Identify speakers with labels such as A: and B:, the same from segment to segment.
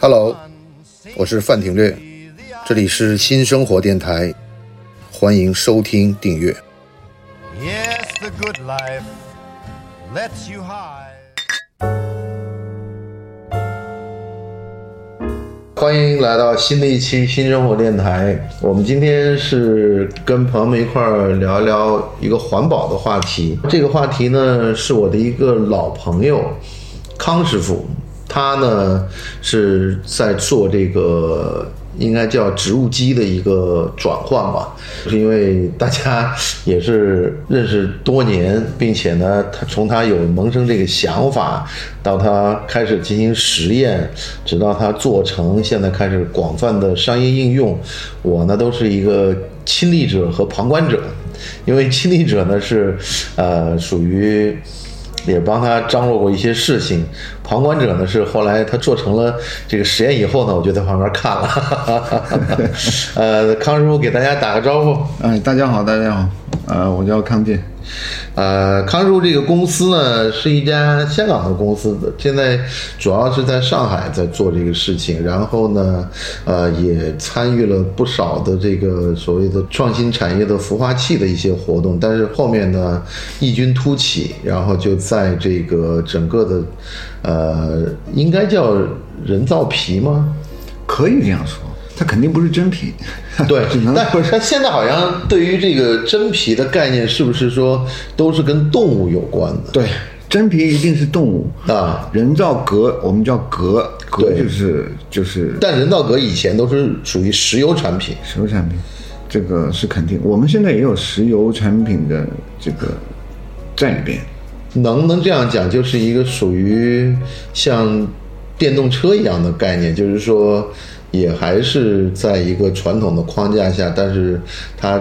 A: Hello，我是范廷略，这里是新生活电台，欢迎收听订阅。
B: Yes, the good life lets you high.
A: 欢迎来到新的一期新生活电台。我们今天是跟朋友们一块儿聊一聊一个环保的话题。这个话题呢，是我的一个老朋友康师傅，他呢是在做这个应该叫植物基的一个转换吧，是因为大家也是认识多年，并且呢，他从他有萌生这个想法，到他开始进行实验，直到他做成，现在开始广泛的商业应用，我呢都是一个亲历者和旁观者，因为亲历者呢是，呃，属于。也帮他张罗过一些事情。旁观者呢是后来他做成了这个实验以后呢，我就在旁边看了。 呃，康师傅给大家打个招呼。
C: 哎，大家好，大家好，呃，我叫康健，
A: 呃，康师傅这个公司呢是一家香港的公司，现在主要是在上海在做这个事情。然后呢，呃，也参与了不少的这个所谓的创新产业的孵化器的一些活动。但是后面呢，异军突起，然后就在这个整个的，呃，应该叫人造皮吗？
C: 可以这样说，它肯定不是真品，
A: 对
C: 只能，
A: 但不是，但现在好像对于这个真皮的概念，是不是说都是跟动物有关的？
C: 对，真皮一定是动物
A: 啊，
C: 人造革我们叫革，革
A: 对
C: 就是就是
A: 但人造革以前都是属于石油产品，
C: 石油产品，这个是肯定。我们现在也有石油产品的这个在里边，
A: 能不能这样讲，就是一个属于像电动车一样的概念，就是说，也还是在一个传统的框架下，但是它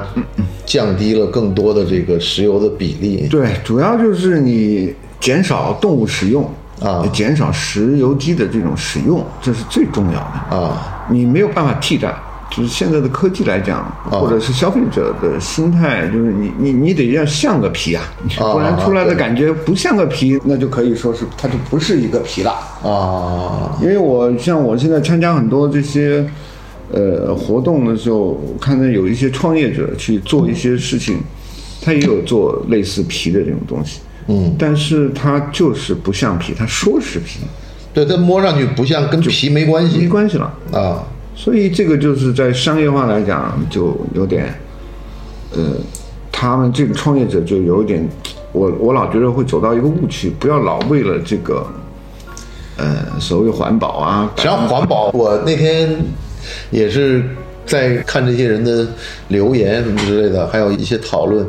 A: 降低了更多的这个石油的比例。
C: 对，主要就是你减少动物使用
A: 啊
C: 也减少石油机的这种使用，这是最重要的
A: 啊。
C: 你没有办法替代，就是现在的科技来讲，或者是消费者的心态，就是你你你得要像个皮啊，
A: 啊
C: 不然出来的感觉不像个皮，那就可以说是它就不是一个皮了。
A: 啊，
C: 因为我像我现在参加很多这些呃活动的时候，我看到有一些创业者去做一些事情，他也有做类似皮的这种东西，嗯，但是他就是不像皮，他说是皮，
A: 对，它摸上去不像跟皮没关
C: 没
A: 系
C: 关系了。
A: 啊。
C: 所以这个就是在商业化来讲，就有点，呃，他们这个创业者就有点，我我老觉得会走到一个误区，不要老为了这个，呃，所谓环保啊，
A: 实际上环保，我那天也是在看这些人的留言什么之类的，还有一些讨论。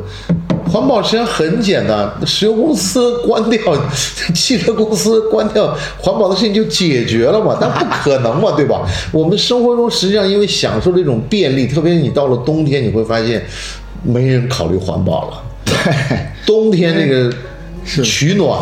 A: 环保实际上很简单，石油公司关掉， 汽车公司关掉，环保的事情就解决了嘛？那不可能嘛，对吧？我们生活中实际上因为享受这种便利，特别是你到了冬天，你会发现没人考虑环保了。冬天这个取暖，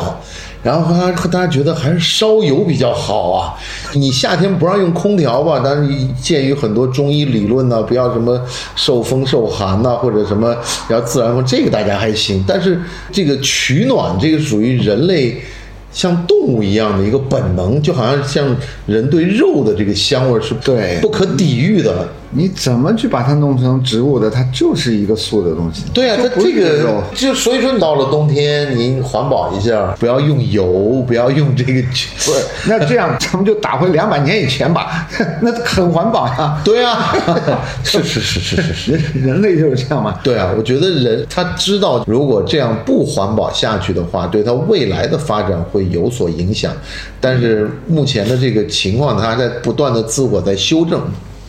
A: 然后大家大家觉得还是烧油比较好啊。你夏天不让用空调吧，但是鉴于很多中医理论呢、不要什么受风受寒呐、或者什么要自然风，这个大家还行。但是这个取暖，这个属于人类。像动物一样的一个本能，就好像像人对肉的这个香味儿是
C: 对
A: 不可抵御的。
C: 你怎么去把它弄成植物的？它就是一个素的东西。
A: 对啊，它
C: 不
A: 这
C: 是
A: 个
C: 肉
A: 就所以说，你到了冬天，您环保一下，不要用油，不要用这个。
C: 对，那 这样咱们就打回两百年以前吧， 那很环保呀、
A: 对啊， 是是是是是是。
C: 人 人类就是这样嘛。
A: 对啊，我觉得人他知道，如果这样不环保下去的话，对他未来的发展会有所影响。但是目前的这个情况，他还在不断的自我在修正。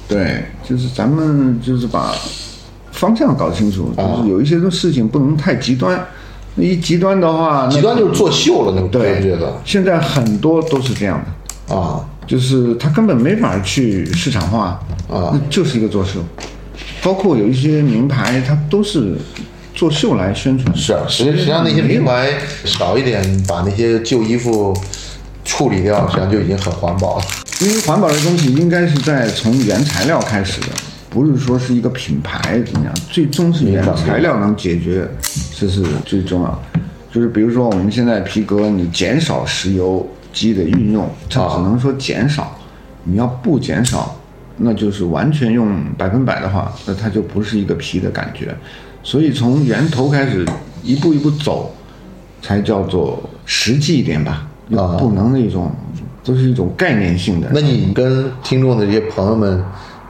C: 对，就是咱们就是把方向搞清楚，
A: 啊
C: 就是有一些事情不能太极端。那一极端的话，那
A: 极端就是作秀了，那种
C: 对
A: 感觉得
C: 现在很多都是这样的，
A: 啊，
C: 就是他根本没法去市场化
A: 啊
C: 那就是一个作秀。包括有一些名牌，它都是作秀来宣传的。
A: 是啊，实际实际上那些品牌少一点，把那些旧衣服处理掉，实际上就已经很环保了。
C: 因为环保的东西应该是在从原材料开始的，不是说是一个品牌怎么样，最终是原材料能解决，这是最重要的。就是比如说我们现在皮革，你减少石油机的运用，它只能说减少，你要不减少，那就是完全用百分百的话，那它就不是一个皮的感觉。所以从源头开始，一步一步走，才叫做实际一点吧，又
A: 啊
C: 不能那种，都是一种概念性的。
A: 那你跟听众的这些朋友们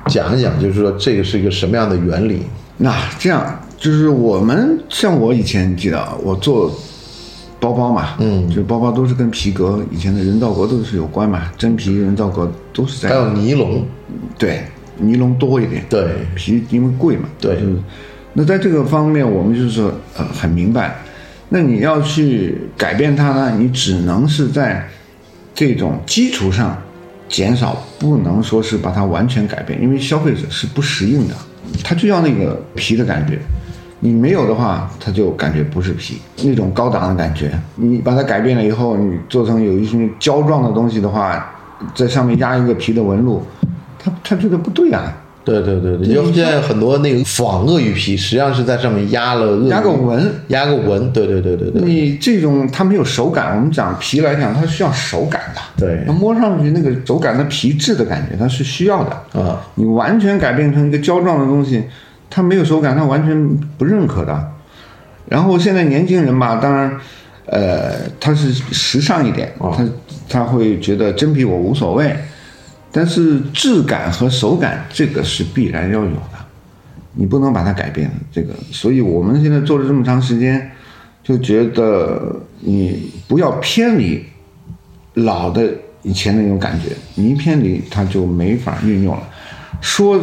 A: 讲一讲，就是说这个是一个什么样的原理？
C: 那这样就是我们像我以前记得啊我做包包嘛，嗯，就包包都是跟皮革以前的人造革都是有关嘛，真皮人造革都是
A: 还
C: 在
A: 有尼龙，
C: 对尼龙多一点，
A: 对
C: 皮因为贵嘛，
A: 对
C: 就是那在这个方面我们就是说呃很明白，那你要去改变它呢，你只能是在这种基础上减少，不能说是把它完全改变，因为消费者是不适应的，他就要那个皮的感觉。你没有的话，他就感觉不是皮那种高档的感觉。你把它改变了以后，你做成有一些胶状的东西的话，在上面压一个皮的纹路，他他觉得不对啊，
A: 对对对对，因为现在很多那个仿鳄鱼皮，实际上是在上面压了鳄鱼
C: 压个纹，
A: 压个纹，对对对对对，
C: 你这种它没有手感，我们讲皮来讲，它需要手感的。
A: 对
C: 它摸上去那个手感的皮质的感觉，它是需要的
A: 啊。
C: 你完全改变成一个胶状的东西，它没有手感，它完全不认可的。然后现在年轻人吧，当然，呃，他是时尚一点，他他会觉得真皮我无所谓，但是质感和手感这个是必然要有的。你不能把它改变这个。所以我们现在做了这么长时间，就觉得你不要偏离老的以前那种感觉，你一偏离它就没法运用了。说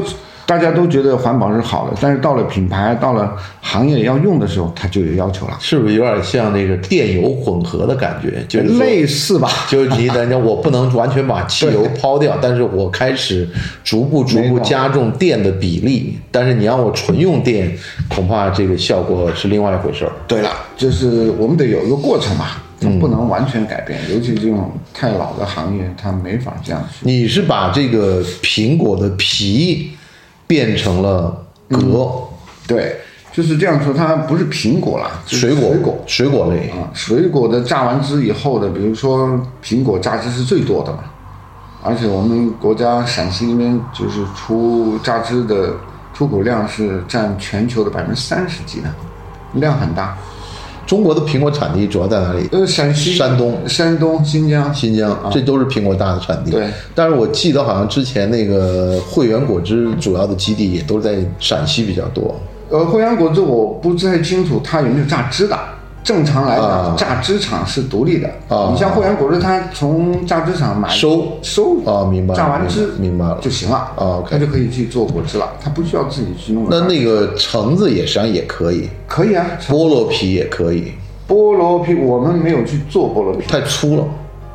C: 大家都觉得环保是好的，但是到了品牌、到了行业要用的时候，它就有要求了，
A: 是不是有点像那个电油混合的感觉？就是说
C: 类似吧。
A: 就是你等着，我不能完全把汽油抛掉，但是我开始逐步逐步加重电的比例。但是你让我纯用电，恐怕这个效果是另外一回事儿。
C: 对了，嗯就是我们得有一个过程嘛，它不能完全改变，尤其这种太老的行业，它没法这样去。
A: 你是把这个苹果的皮变成了革，
C: 嗯对，就是这样说，它不是苹果啦，就是
A: 水果
C: 水果
A: 水果类，
C: 啊，水果的榨完汁以后的，比如说苹果榨汁是最多的嘛，而且我们国家陕西那边就是出榨汁的出口量是占全球的百分之三十几呢，量很大。
A: 中国的苹果产地主要在哪里？
C: 呃，陕西、
A: 山东
C: 山东、新疆，
A: 新疆，这都是苹果大的产地。
C: 啊对，
A: 但是我记得好像之前那个汇源果汁主要的基地也都在陕西比较多。
C: 呃，藿香果汁我不太清楚它有没有榨汁的。正常来讲，
A: 啊
C: 榨汁厂是独立的。
A: 啊
C: 你像藿香果汁，它从榨汁厂买
A: 收
C: 收
A: 啊明白了
C: 榨完汁
A: 明白了
C: 就行了
A: 啊，OK
C: 它就可以去做果汁了，它不需要自己去弄了。
A: 那那个橙子也实际上也可以，
C: 可以啊，
A: 菠萝皮也可以，
C: 菠萝皮我们没有去做菠萝皮，
A: 太粗了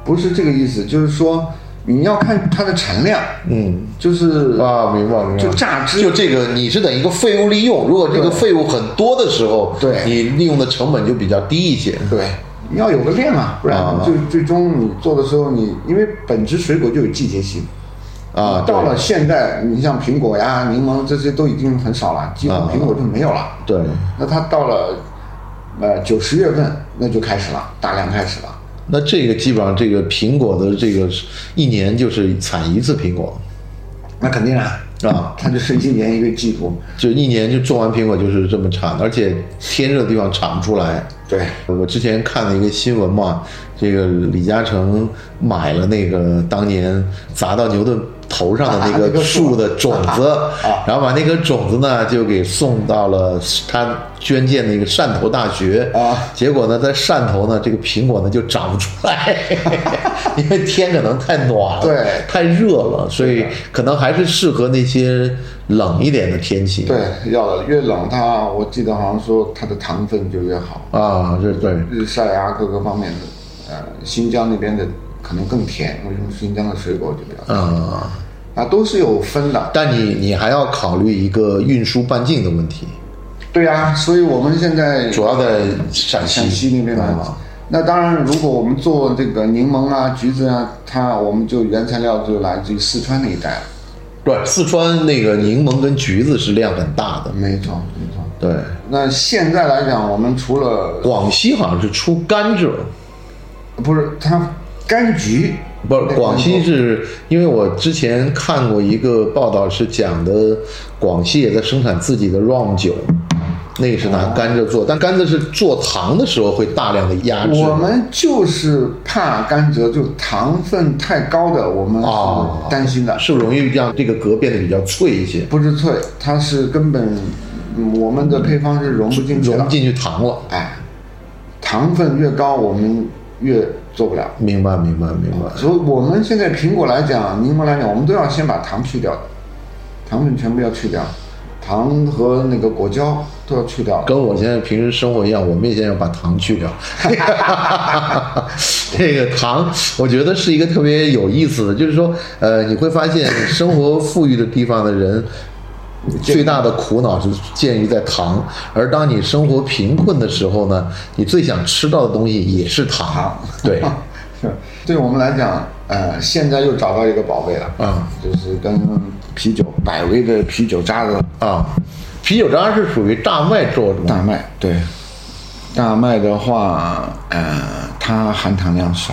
C: 不是这个意思，就是说你要看它的产量，嗯，就是
A: 啊！明白明白。
C: 就榨汁
A: 就这个你是等一个废物利用，如果这个废物很多的时候，
C: 对
A: 你利用的成本就比较低一些。
C: 对，你要有个量啊，不然
A: 啊
C: 最、最终你做的时候你，因为本质水果就有季节性
A: 啊
C: 到
A: 对
C: 了现在，你像苹果呀、柠檬这些都已经很少了，几乎
A: 啊
C: 苹果就没有了。
A: 对，
C: 那它到了呃九十月份，那就开始了，大量开始了。
A: 那这个基本上这个苹果的这个一年就是产一次苹果
C: 那肯定啊，
A: 啊，
C: 它就是一年一个季度。
A: 就一年就种完苹果就是这么产，而且天热的地方产不出来。
C: 对，
A: 我之前看了一个新闻嘛，这个李嘉诚买了那个当年砸到牛顿头上的那
C: 那
A: 个
C: 个树啊
A: 树的种子，然后把那个种子呢就给送到了他捐建的一个汕头大学
C: 啊
A: 结果呢在汕头呢这个苹果呢就长不出 来，因为天可能太暖了，
C: 对
A: 太热了，所以可能还是适合那些冷一点的天气。
C: 对，要的越冷它，我记得好像说它的糖分就越好，
A: 啊，这对
C: 日晒啊各个方面的，呃，新疆那边的可能更甜，为什么新疆的水果就比较甜
A: 啊。
C: 啊，都是有分的。
A: 但你你还要考虑一个运输半径的问题，
C: 对啊，所以我们现在
A: 主要在陕西
C: 陕西那边
A: 啊
C: 嘛。那当然，如果我们做这个柠檬啊、橘子啊，它我们就原材料就来自于四川那一带了。
A: 对，四川那个柠檬跟橘子是量很大的，
C: 没错，没错。
A: 对，
C: 那现在来讲，我们除了
A: 广西好像是出甘蔗，
C: 不是它柑橘，
A: 不是广西是因为我之前看过一个报道，是讲的广西也在生产自己的 rum 酒，那个是拿甘蔗做，但甘蔗是做糖的时候会大量的压制。
C: 我们就是怕甘蔗，就糖分太高的，我们
A: 哦
C: 是担心的，
A: 是不是容易让这个革变得比较脆一些，
C: 不是脆，它是根本嗯我们的配方是融不进去
A: 融
C: 的
A: 不。进去糖了？
C: 哎，糖分越高，我们越做不了。
A: 明白，明白，明白。
C: 所以我们现在苹果来讲，柠檬来讲，我们都要先把糖去掉的，糖分全部要去掉，糖和那个果胶都要去掉。
A: 跟我现在平时生活一样，我们也现在要把糖去掉。 这个糖，我觉得是一个特别有意思的，就是说，呃，你会发现生活富裕的地方的人。最大的苦恼是建于在糖，而当你生活贫困的时候呢，你最想吃到的东西也是糖
C: 糖。
A: 对，
C: 是， 对我们来讲，呃，现在又找到一个宝贝了，
A: 啊，
C: 就是跟啤酒，百威的啤酒渣子
A: 啊，啤酒渣是属于大麦做的
C: 大
A: 吗？
C: 麦，对，大麦的话，呃，它含糖量少，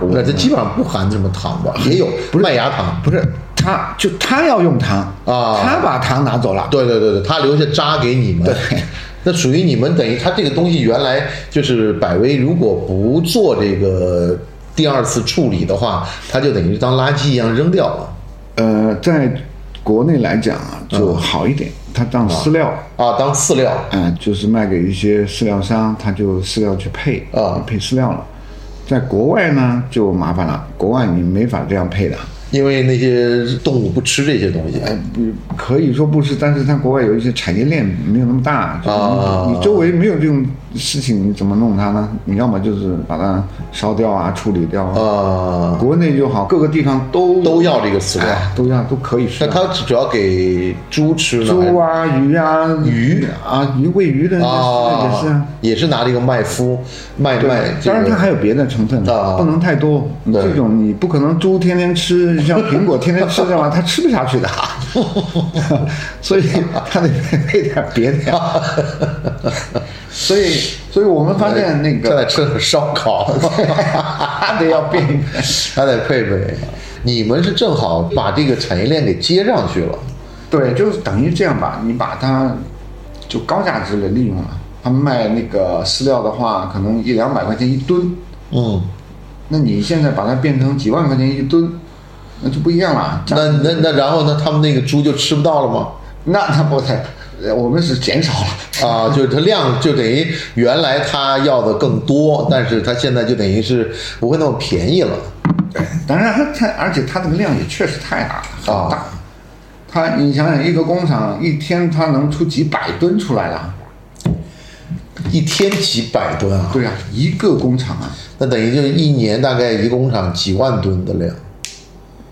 A: 那这基本上不含什么糖吧？也有麦芽糖，
C: 不是，它就它要用糖
A: 啊
C: 它把糖拿走了，
A: 对对对对，他留下渣给你们。对， 那属于你们等于他这个东西原来就是百威，如果不做这个第二次处理的话，它就等于是当垃圾一样扔掉了
C: 呃，在国内来讲啊，就好一点，它当饲料，
A: 啊，当饲料。
C: 嗯，就是卖给一些饲料商，他就饲料去配
A: 啊
C: 配饲料了。在国外呢，就麻烦了，国外你没法这样配的，
A: 因为那些动物不吃这些东西，
C: 嗯可以说不是，但是它国外有一些产业链没有那么大，就是
A: 啊
C: 你你周围没有这种事情，你怎么弄它呢？你要么就是把它烧掉啊，处理掉啊。
A: 啊，
C: 国内就好，各个地方都
A: 都要这个饲料。
C: 哎都要都可以
A: 那
C: 吃的。
A: 它主要给猪吃呢？
C: 猪啊，鱼啊，鱼啊，鱼喂鱼的
A: 还是
C: 那也是啊
A: 啊。，也是拿这个麦麸、麦
C: 对
A: 麦。
C: 当然它还
A: 有
C: 有别的成分
A: 啊
C: 不能太多。你
A: 对
C: 这种你不可能猪天天吃， 像苹果天天吃的话，它吃不下去 的。所以它得配点别的呀。所以，所以我们发现那
A: 再来
C: 个
A: 吃点烧 烤。
C: 它得要变一变。
A: 还得配备。你们是正好把这个产业链给接上去了，
C: 对，就是等于这样吧，你把它就高价值的利用了。他们卖那个饲料的话，可能一两百块钱一吨，
A: 嗯，
C: 那你现在把它变成几万块钱一吨，那就不一样了。价
A: 那那那然后呢？他们那个猪就吃不到了吗？
C: 那它不太，呃我们是减少了。
A: 啊，就是它量就等于原来它要的更多，但是它现在就等于是不会那么便宜了。
C: 对，当然它它，而且它这个量也确实太大了，
A: 啊
C: 很大。它你想想，一个工厂一天它能出几百吨出来了？
A: 一天几百吨啊，
C: 对呀、一个工厂啊，
A: 那等于就是一年大概一工厂几万吨的量，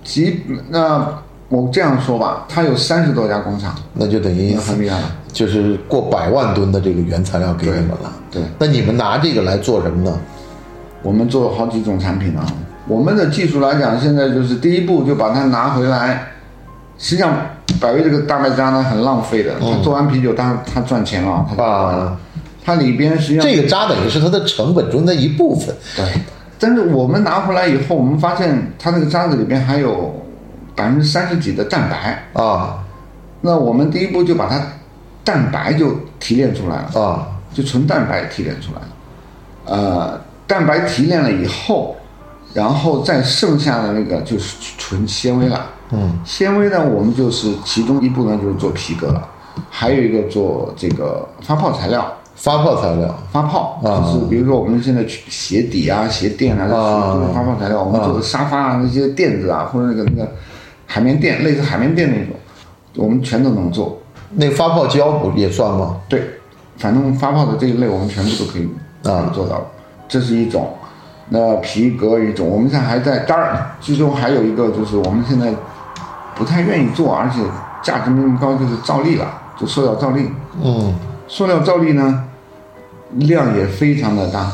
C: 几那我这样说吧，它有三十多家工厂，
A: 那就等于
C: 那很厉害了。
A: 就是过百万吨的这个原材料给你们了。
C: 对对
A: 那你们拿这个来做什么呢？
C: 我们做好几种产品啊。我们的技术来讲，现在就是第一步就把它拿回来。实际上，百威这个大麦渣呢很浪费的，
A: 嗯
C: 它做完啤酒，它它赚钱了，它就完了
A: 啊。
C: 它里边实际上
A: 这个渣等于是它的成本中的一部分。
C: 对，但是我们拿回来以后，我们发现它那个渣子里边还有百分之三十几的蛋白，
A: 啊
C: 那我们第一步就把它蛋白就提炼出来了，
A: 啊
C: 就纯蛋白提炼出来了。呃，蛋白提炼了以后，然后再剩下的那个就是纯纤维了。嗯，纤维呢，我们就是其中一部分就是做皮革了，还有一个做这个发泡材料。
A: 发泡材料
C: 发泡，
A: 啊
C: 就是比如说我们现在去鞋底啊、鞋垫啊，这
A: 啊
C: 些都是发泡材料。我们做的沙发啊、那些垫子啊，或者那个那个海绵垫，类似海绵垫那种，我们全都能做。
A: 那个发泡胶不也算吗？
C: 对，反正发泡的这一类，我们全部都可以
A: 啊
C: 做到。这是一种，那皮革一种，我们现在还在。当然，其中还有一个就是我们现在不太愿意做，而且价值没那么高，就是造粒了，就塑料造粒。
A: 嗯，
C: 塑料造粒呢，量也非常的大，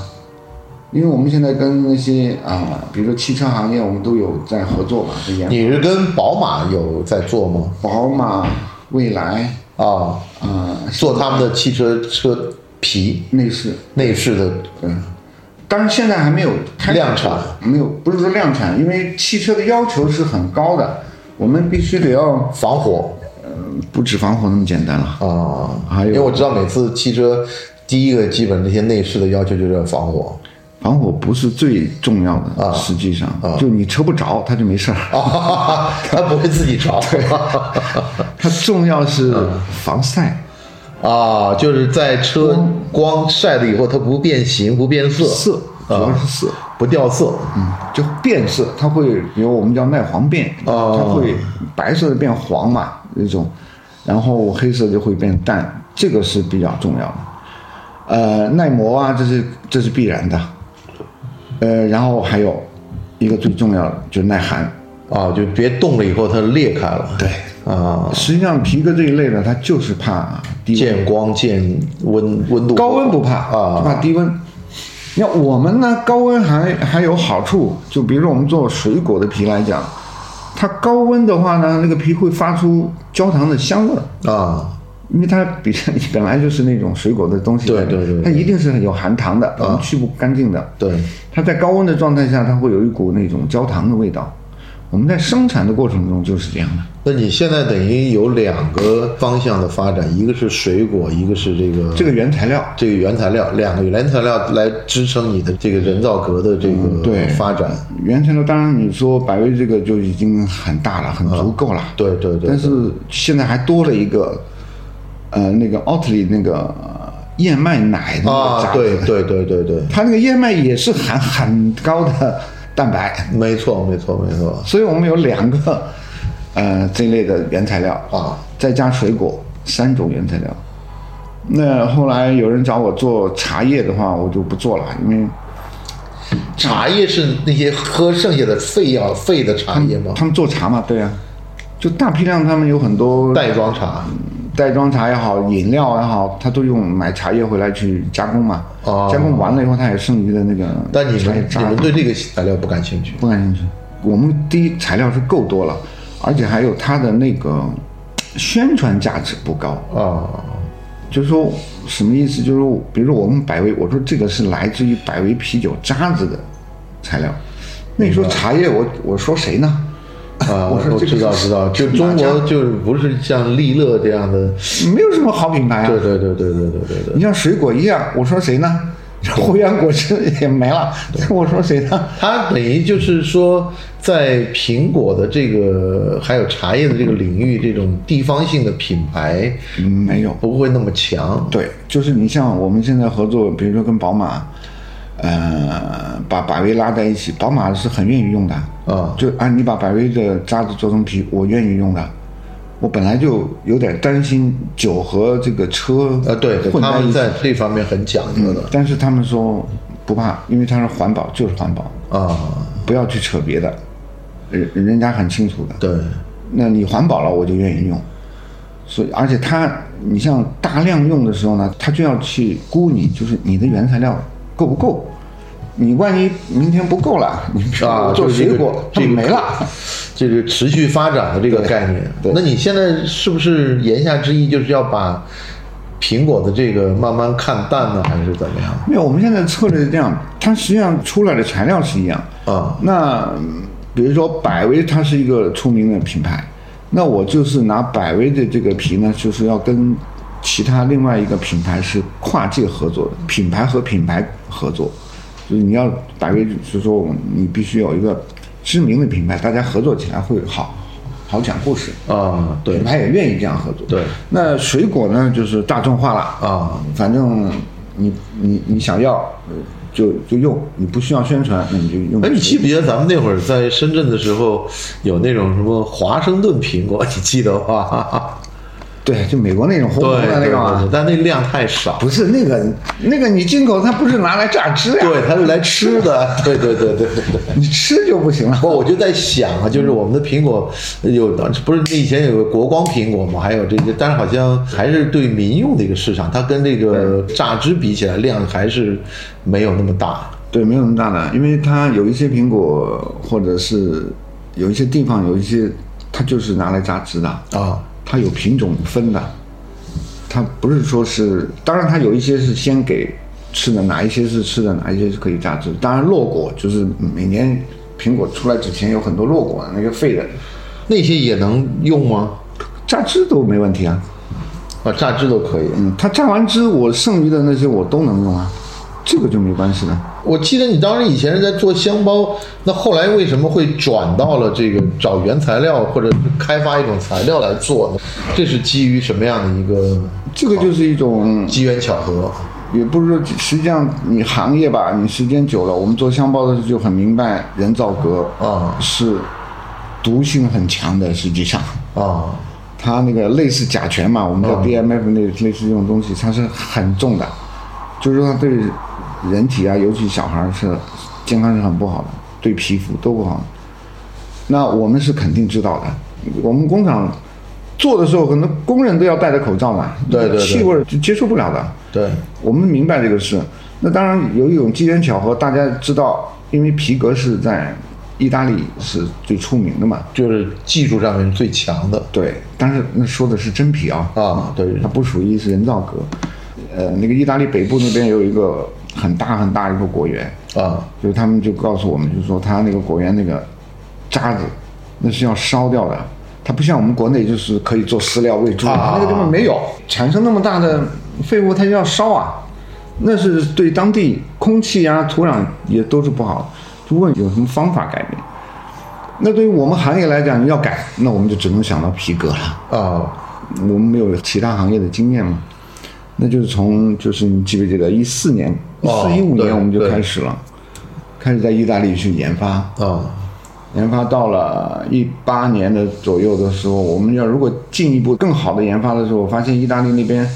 C: 因为我们现在跟那些啊、比如说汽车行业，我们都有在合作嘛，在研发
A: 你是跟宝马有在做吗？
C: 宝马、蔚来
A: 啊，
C: 啊、
A: 做他们的汽车车皮
C: 内饰。
A: 内饰的
C: 当然现在还没有开
A: 量产，
C: 没有不是说量产，因为汽车的要求是很高的，我们必须得要
A: 防火
C: 不止防火那么简单了。
A: 啊，
C: 还有
A: 因为我知道每次汽车第一个基本这些内饰的要求就是要防火
C: 防火不是最重要的，实际上、就你车不着，它就没事儿。
A: 啊，它不会自己着
C: 它重要是防晒，
A: 啊，就是在车光晒了以后，它不变形、不变色，
C: 色主要是色，
A: 不掉色。
C: 嗯，就变色，它会，比如我们叫耐黄变，它会白色的变黄嘛那种，然后黑色就会变淡，这个是比较重要的。呃，耐磨啊，这是这是必然的。呃，然后还有一个最重要的就是耐寒，
A: 啊，就别冻了以后它裂开了。
C: 对
A: 啊，
C: 实际上皮革这一类呢，它就是怕低温。
A: 见光见温温度
C: 高温不怕
A: 啊
C: 就怕低温。那我们呢？高温还还有好处，就比如说我们做水果的皮来讲，它高温的话呢，那个皮会发出焦糖的香味儿，
A: 啊
C: 因为它比 本来就是那种水果的东西，
A: 对对对对啊
C: 它一定是有含糖的，我们去不干净的。
A: 对
C: 它在高温的状态下，它会有一股那种焦糖的味道。我们在生产的过程中就是这样的。
A: 那你现在等于有两个方向的发展，一个是水果，一个是这个
C: 这个原材料，
A: 这个原材料，两个原材料来支撑你的这个人造革的这
C: 嗯对
A: 个发展。
C: 原材料当然你说百威这个就已经很大了，很足够了。
A: 对对对
C: 但是现在还多了一个，呃，那个奥特利那个呃燕麦奶的那个
A: 啊，
C: 渣
A: 对
C: 子，
A: 对对对对，
C: 它那个燕麦也是含很高的蛋白，
A: 没错没错没错
C: 所以我们有两个呃这类的原材料
A: 啊，
C: 再加水果三种原材料。那后来有人找我做茶叶的话，我就不做了，因为
A: 啊茶叶是那些喝剩下的废药废的茶叶吗？
C: 他们做茶嘛，对啊，就大批量他们有很多
A: 袋装茶
C: 袋装茶也好，饮料也好，他都用买茶叶回来去加工嘛。
A: 哦
C: 加工完了以后，它有剩余的那个
A: 但你
C: 茶叶
A: 们你
C: 渣
A: 们对这个材料不感兴趣
C: 不感兴趣。我们第一材料是够多了，而且还有它的那个宣传价值不高。
A: 啊？
C: 就是说什么意思？就是说比如说我们百威，我说这个是来自于百威啤酒渣子的材料，那你说茶叶我，我说谁呢？
A: 啊，
C: 我说
A: 我
C: 这个
A: 知道
C: 是
A: 知道，就
C: 哪
A: 中
C: 家
A: 国就是不是像利乐这样的，
C: 没有什么好品牌啊。
A: 对对对对对对对对
C: 你。像水果一样，我说谁呢？汇源果汁也没了，我说谁呢？
A: 它等于就是说，在苹果的这个还有茶叶的这个领域，这种地方性的品牌
C: 嗯没有。
A: 不会那么强。
C: 对，就是你像我们现在合作，比如说跟宝马，呃，把百威拉在一起，宝马是很愿意用的
A: 啊
C: 就啊，你把百威的渣子做成皮，我愿意用的。我本来就有点担心酒和这个车
A: 呃，对，对
C: 混
A: 他
C: 在一
A: 们
C: 起，
A: 在这方面很讲究的
C: 但是他们说不怕，因为它是环保，就是环保，
A: 啊，
C: 不要去扯别的，人人家很清楚的。
A: 对，
C: 那你环保了，我就愿意用。所以，而且它，你像大量用的时候呢，它就要去估你，就是你的原材料够不够。你万一明天不够了，你比如
A: 啊，
C: 做
A: 就是这
C: 水
A: 个
C: 果，它
A: 这个
C: 没了。，
A: 这个持续发展的这个概念。
C: 对
A: 那你现在是不是言下之意就是要把苹果的这个慢慢看淡呢，还是怎么样？
C: 没有，我们现在策略是这样，它实际上出来的材料是一样
A: 啊
C: 那嗯比如说百威，它是一个出名的品牌，那我就是拿百威的这个皮呢，就是要跟其他另外一个品牌是跨界合作的，品牌和品牌合作，就是你要百威，就是说你必须有一个知名的品牌，大家合作起来会好好讲故事。
A: 啊，对
C: 品，牌也愿意这样合作。
A: 对，
C: 那水果呢，就是大众化了
A: 啊，
C: 反正你你你想要呃就就用，你不需要宣传，那你就用。
A: 哎，你记不记得咱们那会儿在深圳的时候，有那种什么华盛顿苹果， 你记得吧？
C: 对，就美国那种红
A: 对
C: 红的
A: 对
C: 那
A: 对
C: 个嘛
A: 对，，但那量太少，
C: 不是那个那个你进口它不是拿来榨汁呀、
A: 对，它是来吃的。 对对对对对对。
C: 你吃就不行了。
A: 不，我就在想啊，就是我们的苹果有，不是那以前有个国光苹果嘛，还有这些，但是好像还是对民用的一个市场，它跟这个榨汁比起来，量还是没有那么大。
C: 对，没有那么大的，因为它有一些苹果或者是有一些地方有一些，它就是拿来榨汁的
A: 啊，
C: 它有品种分的，它不是说是，当然它有一些是先给吃的，哪一些是吃的，哪一些是可以榨汁。当然落果就是每年苹果出来之前有很多落果的那个废的，
A: 那些也能用吗？
C: 榨汁都没问题啊。
A: 啊，榨汁都可以。
C: 嗯，它榨完汁，我剩余的那些我都能用啊，这个就没关系的。
A: 我记得你当时以前是在做香包，那后来为什么会转到了这个找原材料或者是开发一种材料来做呢？这是基于什么样的一个
C: 这个就是一种
A: 机缘巧合？
C: 也不是说，实际上你行业吧，你时间久了，我们做香包的时候就很明白，人造革
A: 啊
C: 是毒性很强的，实际上。
A: 啊，
C: 它那个类似甲醛嘛，
A: 嗯
C: 我们叫 BMF 那类似这种东西，它是很重的，就是说它对人体啊，尤其小孩儿是健康是很不好的，对皮肤都不好的。那我们是肯定知道的，我们工厂做的时候，可能工人都要戴着口罩嘛，
A: 对对对
C: 气味儿就接受不了的。
A: 对，
C: 我们明白这个事。那当然有一种机缘巧合，大家知道，因为皮革是在意大利是最出名的嘛，
A: 就是技术上面最强的
C: 对，但是那说的是真皮啊，
A: 啊，对，
C: 它不属于是人造革。呃，那个意大利北部那边有一个很大很大一个果园，
A: 啊，
C: 就是他们就告诉我们，就是说他那个果园那个渣子，那是要烧掉的。它不像我们国内就是可以做饲料喂猪，
A: 啊
C: 那个地方没有产生那么大的废物，它就要烧啊，那是对当地空气呀、土壤也都是不好。就问有什么方法改变？那对于我们行业来讲，要改，那我们就只能想到皮革了。
A: 啊，
C: 我们没有其他行业的经验嘛，那就是从就是你记不记得一四年、一
A: 哦
C: 四一五
A: 对
C: 年我们就
A: 对
C: 开始了，开始在意大利去研发，
A: 啊，
C: 研发到了一八年的左右的时候，我们要如果进一步更好的研发的时候，我发现意大利那边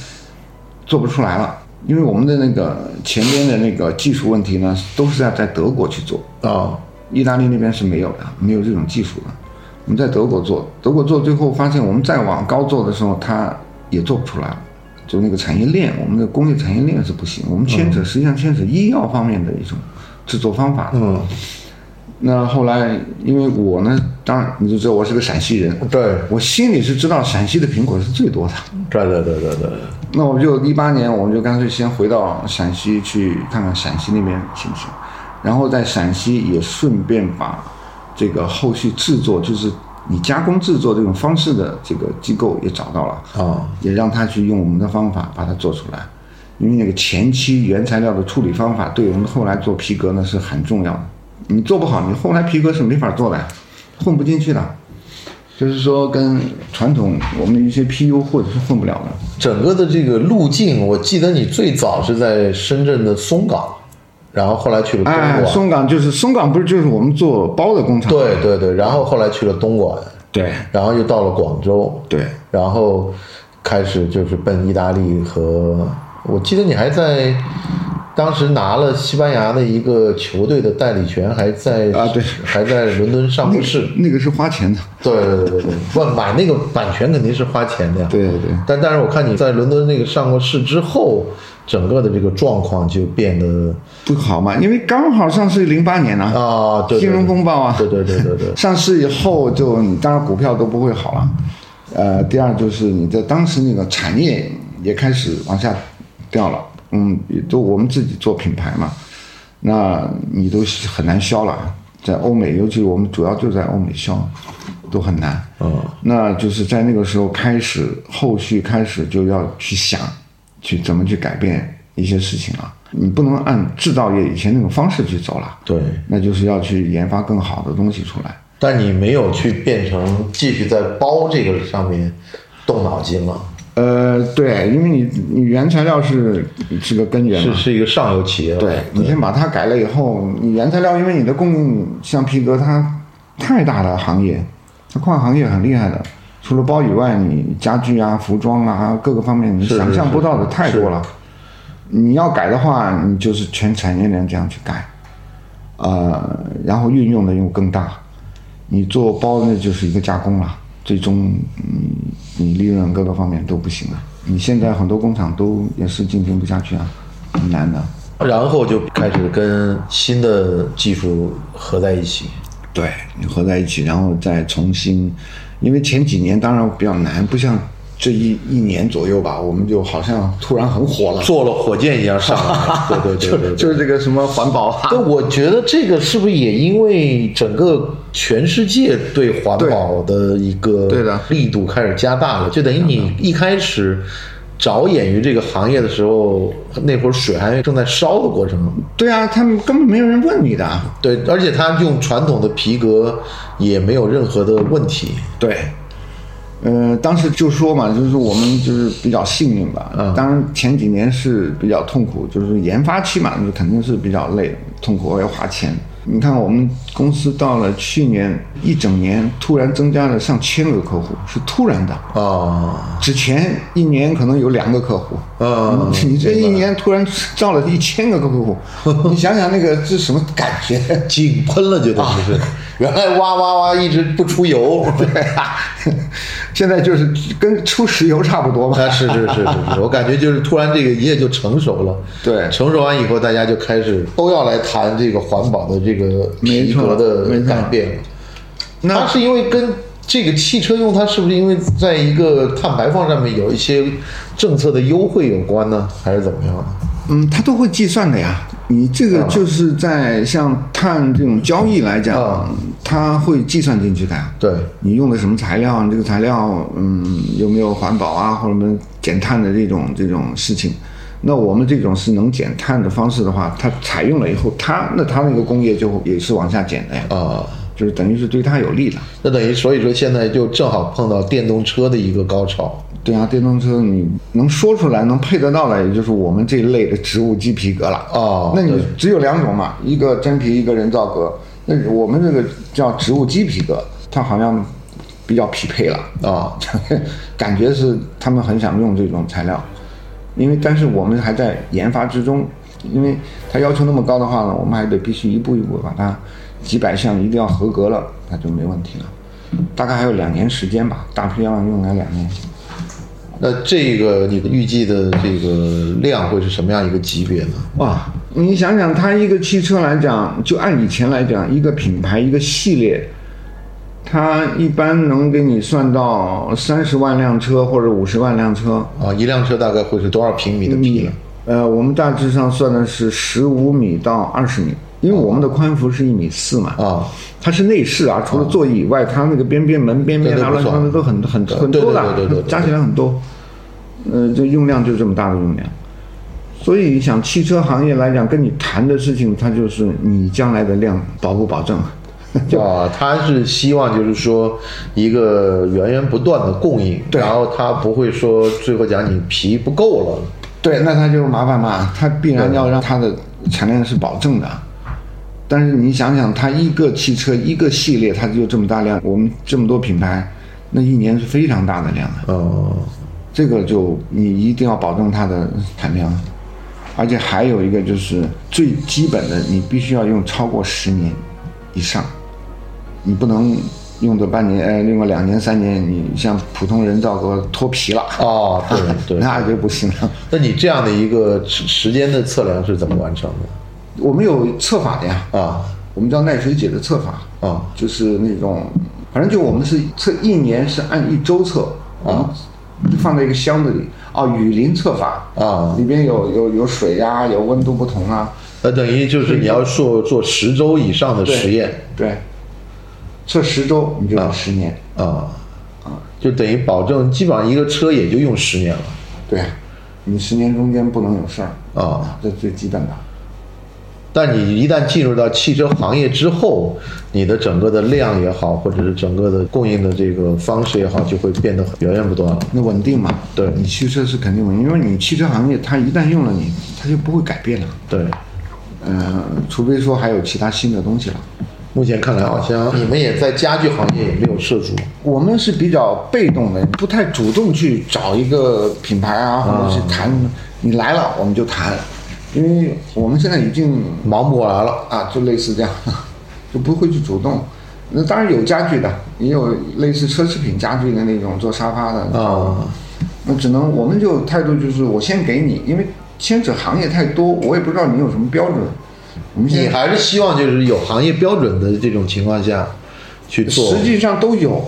C: 做不出来了，因为我们的那个前边的那个技术问题呢，都是要在德国去做，
A: 啊，
C: 意大利那边是没有的，没有这种技术的。我们在德国做，德国做，最后发现我们再往高做的时候，它也做不出来了。就那个产业链，我们的工业产业链是不行。我们牵扯，实际上牵扯医药方面的一种制作方法。
A: 嗯，
C: 那后来，因为我呢，当然你就知道我是个陕西人，
A: 对，
C: 我心里是知道陕西的苹果是最多的。
A: 对对对对对，
C: 那我就一八年，我们就干脆先回到陕西去看看陕西那边情形，然后在陕西也顺便把这个后续制作，就是以加工制作这种方式的这个机构也找到了，
A: 啊，
C: 也让他去用我们的方法把它做出来，因为那个前期原材料的处理方法对我们后来做皮革呢是很重要的，你做不好，你后来皮革是没法做的，混不进去的。就是说，跟传统我们的一些 PU 或者是混不了的。
A: 整个的这个路径，我记得你最早是在深圳的松岗，然后后来去了东
C: 哎，
A: 莞，
C: 松岗就是松岗，不是就是我们做包的工厂？
A: 对对对，然后后来去了东莞，
C: 对
A: 然后又到了广州，
C: 对，
A: 然后开始就是奔意大利和，我记得你还在当时拿了西班牙的一个球队的代理权，还在
C: 啊对
A: 还在伦敦上
C: 那
A: 不
C: 个
A: 市。
C: 那个是花钱的。
A: 对对对对对，不买那个版权肯定是花钱的呀。
C: 对对
A: 但但是我看你在伦敦那个上过市之后，整个的这个状况就变得
C: 不好嘛，因为刚好上市零八年啊，
A: 啊，对对对
C: 金融风暴啊
A: 对对对对对，
C: 上市以后就你当然股票都不会好了，呃，第二就是你的当时那个产业也开始往下掉了，嗯，也都我们自己做品牌嘛，那你都很难销了，在欧美，尤其我们主要就在欧美销，都很难，
A: 嗯，
C: 那就是在那个时候开始，后续开始就要去想，去怎么去改变一些事情了。你不能按制造业以前那种方式去走了，
A: 对。
C: 那就是要去研发更好的东西出来。
A: 但你没有去变成继续在包这个上面动脑筋了，
C: 呃，对，因为你你原材料是是个根源
A: 是
C: 嘛，
A: 是一个上游企业了。
C: 对你先把它改了以后，你原材料因为你的供应像皮革它太大的行业，它跨行业很厉害的，除了包以外，你家具啊、服装啊各个方面你
A: 是
C: 想象不到的
A: 是
C: 太多了。你要改的话，你就是全产业链这样去改，呃，然后运用的又更大。你做包那就是一个加工了，最终你你利润各个方面都不行了。你现在很多工厂都也是进行不下去啊，很难的。
A: 然后就开始跟新的技术合在一起。
C: 对，你合在一起，然后再重新，因为前几年当然比较难，不像这一一年左右吧，我们就好像突然很火了，
A: 做了火箭一样上来， 对对对对对，
C: 就是这个什么环保啊，
A: 但哎我觉得这个是不是也因为整个全世界对环保的一个
C: 对的
A: 力度开始加大了，就等于你一开始着眼于这个行业的时候，那会儿水还正在烧的过程。
C: 对啊，他们根本没有人问你的啊，
A: 对，而且它用传统的皮革也没有任何的问题。
C: 对，呃，当时就说嘛，就是我们就是比较幸运吧。
A: 嗯
C: 当然前几年是比较痛苦，就是研发期嘛，那肯定是比较累，痛苦要花钱。你看我们公司到了去年一整年，突然增加了上千个客户，是突然的。
A: 啊，
C: 之前一年可能有两个客户，
A: 嗯
C: 你这一年突然造了一千个客户，你想想那个是什么感觉？
A: 井喷了就等于
C: 啊
A: 是， 原来哇哇哇一直不出 油，
C: 对啊，现在就是跟出石油差不多嘛。
A: 啊，是是是是是，我感觉就是突然这个一夜就成熟了。
C: 对
A: 成熟完以后，大家就开始都要来谈这个环保的这个皮革
C: 没
A: 的
C: 错
A: 改变了。
C: 那
A: 它是因为跟这个汽车用，它是不是因为在一个碳排放上面有一些政策的优惠有关呢，还是怎么样呢？
C: 嗯，他都会计算的呀。你这个就是在像碳这种交易来
A: 啊
C: 讲，他会计算进去的呀。
A: 对
C: 你用的什么材料？你这个材料，嗯，有没有环保啊，或者什么减碳的这种这种事情？那我们这种是能减碳的方式的话，它采用了以后，它那它那个工业就也是往下减的呀，
A: 啊、
C: 就是等于是对它有利的。
A: 那等于所以说现在就正好碰到电动车的一个高潮。
C: 对啊，电动车你能说出来、能配得到的，也就是我们这一类的植物基皮革了。
A: 哦
C: 那你只有两种嘛，一个真皮，一个人造革。那我们这个叫植物基皮革，它好像比较匹配了
A: 啊，
C: 感觉是他们很想用这种材料，因为但是我们还在研发之中，因为它要求那么高的话呢，我们还得必须一步一步把它几百项一定要合格了，那就没问题了。大概还有两年时间吧，大批量用来两年。
A: 那这个你预计的这个量会是什么样一个级别呢？
C: 哇，你想想，它一个汽车来讲，就按以前来讲，一个品牌一个系列，它一般能给你算到三十万辆车或者五十万辆车。
A: 啊，一辆车大概会是多少平米的皮呢？
C: 呃，我们大致上算的是十五米到二十米，因为我们的宽幅是一米四嘛。
A: 啊，
C: 它是内饰啊，除了座椅以外，它那个边边门边边
A: 对对
C: 啊
A: 不
C: 乱七
A: 错
C: 八糟都很很
A: 对
C: 很
A: 对
C: 多的，
A: 对对对对对
C: 加起来很多。呃，这用量就这么大的用量，所以想汽车行业来讲，跟你谈的事情，它就是你将来的量保不保证。
A: 啊，他是希望就是说一个源源不断的供应，
C: 对
A: 然后他不会说最后讲你皮不够了，
C: 对，那它就麻烦嘛，它必然要让它的产量是保证的。但是你想想，它一个汽车一个系列，它就这么大量，我们这么多品牌，那一年是非常大的量的。
A: 嗯，
C: 这个就你一定要保证它的产量，而且还有一个就是最基本的，你必须要用超过十年以上，你不能用个半年，呃，用个两年三年，你像普通人造革脱皮了，
A: 哦，对对。
C: 那就不行了。
A: 那你这样的一个时时间的测量是怎么完成的？
C: 我们有测法的呀，
A: 啊
C: 我们叫耐水解的测法，
A: 啊
C: 就是那种，反正就我们是测一年是按一周测，啊，放在一个箱子里。哦，雨林测法
A: 啊
C: 里边有有有水呀、有温度不同啊，
A: 那等于就是你要做做十周以上的
C: 对
A: 实验
C: 对，测十周你就有十年，
A: 啊，就等于保证基本上一个车也就用十年了
C: 对，啊你十年中间不能有事儿，
A: 啊。
C: 这最基本的。
A: 但你一旦进入到汽车行业之后，你的整个的量也好，或者是整个的供应的这个方式也好，就会变得源源不断了。
C: 那稳定嘛，
A: 对
C: 你汽车是肯定稳定，因为你汽车行业它一旦用了你，它就不会改变了，
A: 对，
C: 呃，除非说还有其他新的东西了。
A: 目前看来好像你们也在家具行业也没有涉足
C: 我们是比较被动的，不太主动去找一个品牌啊，或者是谈，你来了我们就谈，因为我们现在已经
A: 忙不过来了。
C: 啊，就类似这样， 就不会去主动。那当然有家具的，也有类似奢侈品家具的那种做沙发的
A: 啊。
C: 那只能我们就态度就是我先给你，因为牵扯行业太多，我也不知道你有什么标准。我们
A: 你
C: 现在
A: 还是希望就是有行业标准的这种情况下去做
C: 实际上都有，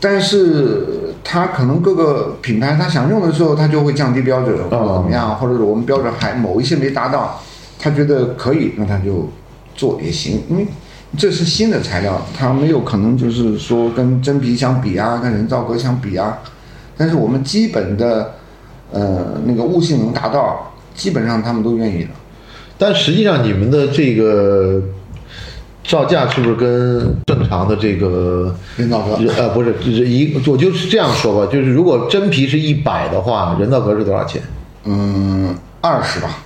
C: 但是它可能各个品牌它想用的时候，它就会降低标准或者怎么样，或者我们标准还某一些没达到，他觉得可以，那他就做也行，因为这是新的材料，它没有可能就是说跟真皮相比啊，跟人造革相比啊，但是我们基本的呃那个悟性能达到，基本上他们都愿意的。
A: 但实际上你们的这个造价是不是跟正常的这个
C: 人造革
A: 呃不是就是一我就是这样说吧，就是如果真皮是一百的话，人造革是多少钱？
C: 嗯，二十吧，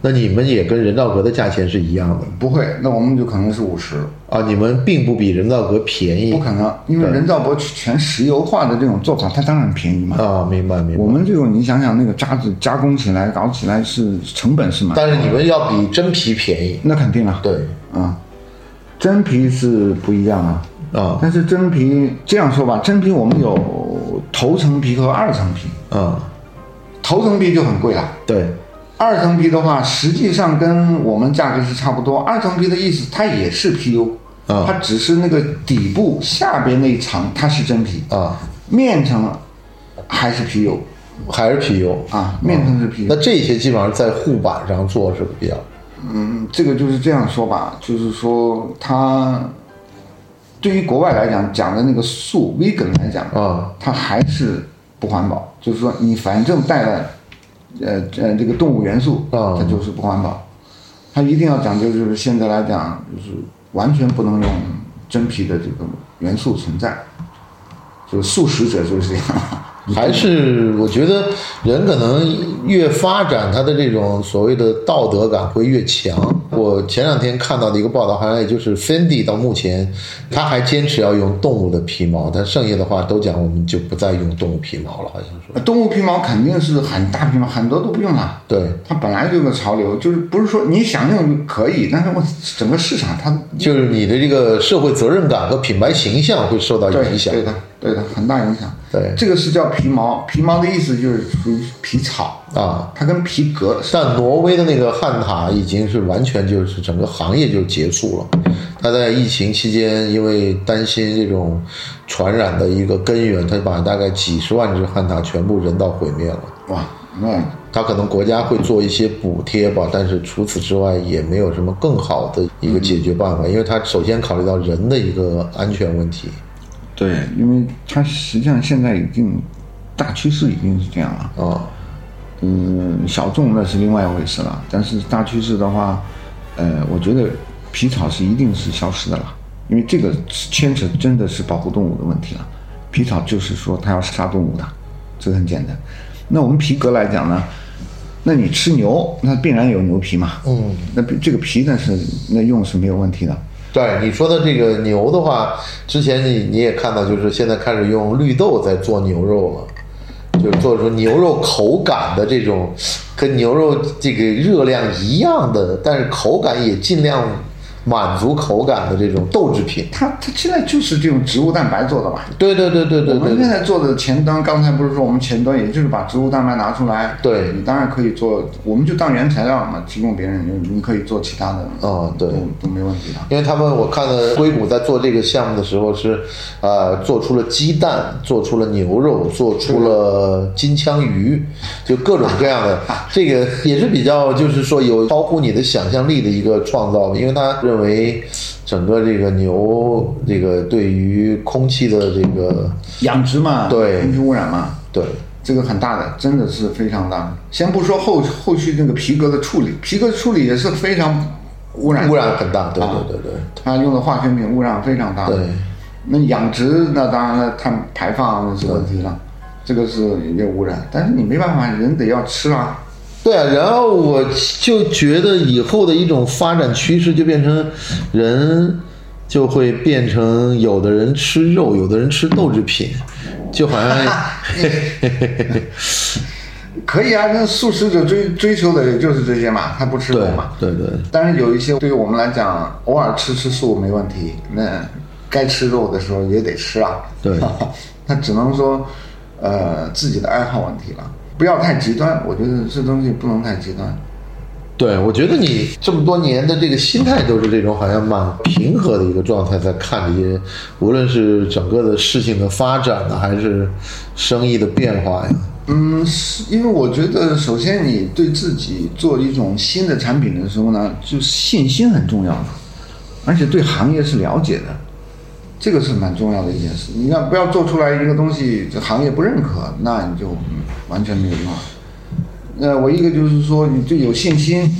A: 那你们也跟人造革的价钱是一样的
C: 不会，那我们就可能是五十，
A: 啊？你们并不比人造革便宜
C: 不可能，因为人造革全石油化的这种做法，它当然便宜嘛。
A: 啊？明白明白
C: 我。们这种你想想，那个渣子加工起来、搞起来是成本是蛮，
A: 但是你们要比真皮便宜，
C: 那肯定啊，
A: 对
C: 啊，真皮是不一样啊。
A: 啊
C: 但是真皮这样说吧，真皮我们有头层皮和二层皮，
A: 啊
C: 头层皮就很贵了。
A: 对
C: 二层皮的话，实际上跟我们价格是差不多。二层皮的意思，它也是 PU，、
A: 啊
C: 它只是那个底部下边那一层它是真皮，
A: 啊，
C: 面层还是 PU
A: 还是 PU
C: 啊，面层是 PU。
A: 那这些基本上在护板上做是比较
C: 嗯，这个就是这样说吧，就是说它对于国外来讲讲的那个素 vegan 来讲，
A: 啊
C: 它还是不环保。就是说你反正带了呃呃这个动物元素，
A: 啊
C: 它就是不环保。它一定要讲究，就是现在来讲，就是完全不能用真皮的这个元素存在。就是素食者就是这样，
A: 还是我觉得人可能越发展，他的这种所谓的道德感会越强。我前两天看到的一个报道，好像也就是 Fendi 到目前，他还坚持要用动物的皮毛，但剩下的话都讲我们就不再用动物皮毛了，好像说。
C: 动物皮毛肯定是很大皮毛，很多都不用了。
A: 对，
C: 它本来就有个潮流，就是不是说你想用就可以，但是我整个市场它
A: 就是你的这个社会责任感和品牌形象会受到
C: 对
A: 影响。
C: 对的，对的，很大影响。
A: 对
C: 这个是叫皮毛，皮毛的意思就是属于皮草，
A: 啊，
C: 它跟皮革是
A: 但挪威的那个旱獭已经是完全就是整个行业就结束了。它在疫情期间，因为担心这种传染的一个根源，它把大概几十万只旱獭全部人道毁灭了。
C: 哇，那
A: 它可能国家会做一些补贴吧，但是除此之外也没有什么更好的一个解决办法，因为它首先考虑到人的一个安全问题。
C: 对，因为它实际上现在已经大趋势已经是这样了。
A: 啊
C: 嗯，小众那是另外一回事了，但是大趋势的话，呃，我觉得皮草是一定是消失的了，因为这个牵扯真的是保护动物的问题了。皮草就是说它要杀动物的，这个很简单。那我们皮革来讲呢，那你吃牛，那必然有牛皮嘛，嗯，那这个皮呢是那用是没有问题的，
A: 对你说的这个牛的话，之前你你也看到，就是现在开始用绿豆在做牛肉了，就是做出牛肉口感的这种，跟牛肉这个热量一样的，但是口感也尽量满足口感的这种豆制品。
C: 它它现在就是这种植物蛋白做的吧。
A: 对对对对对
C: 我们现
A: 对，
C: 在做的前端，刚才不是说我们前端也就是把植物蛋白拿出来，
A: 对
C: 你当然可以做，我们就当原材料嘛，提供别人，你你可以做其他的，
A: 哦对
C: 都都没问题的。
A: 因为他们我看了硅谷在做这个项目的时候是，呃，做出了鸡蛋，做出了牛肉，做出了金枪鱼，就各种各样的，这个也是比较就是说有超乎你的想象力的一个创造，因为他认为整个这个牛这个对于空气的这个
C: 养殖嘛，
A: 对
C: 空气污染嘛，
A: 对
C: 这个很大的，真的是非常大的。先不说后后续那个皮革的处理，皮革处理也是非常污染的
A: 污染很大，对对
C: 啊
A: 对对。
C: 它用的化学品污染非常大。
A: 对，
C: 那养殖那当然了，碳排放那是问题了，这个是也污染，但是你没办法，人得要吃啊。
A: 对啊，然后我就觉得以后的一种发展趋势就变成人就会变成有的人吃肉，有的人吃豆制品，就好像
C: 可以啊，那素食者追追求的也就是这些嘛，他不吃
A: 对
C: 肉嘛。
A: 对对
C: 但是有一些对于我们来讲，偶尔吃吃素没问题，那该吃肉的时候也得吃啊。
A: 对
C: 那只能说，呃，自己的爱好问题了，不要太极端。我觉得这东西不能太极端。
A: 对，我觉得你这么多年的这个心态都是这种好像蛮平和的一个状态，在看这些，无论是整个的事情的发展呢，还是生意的变化呀。
C: 嗯，是因为我觉得，首先你对自己做一种新的产品的时候呢，就是信心很重要，而且对行业是了解的，这个是蛮重要的一件事。你看，不要做出来一个东西，这行业不认可，那你就、嗯完全没有用了。那我一个就是说，你对有信心，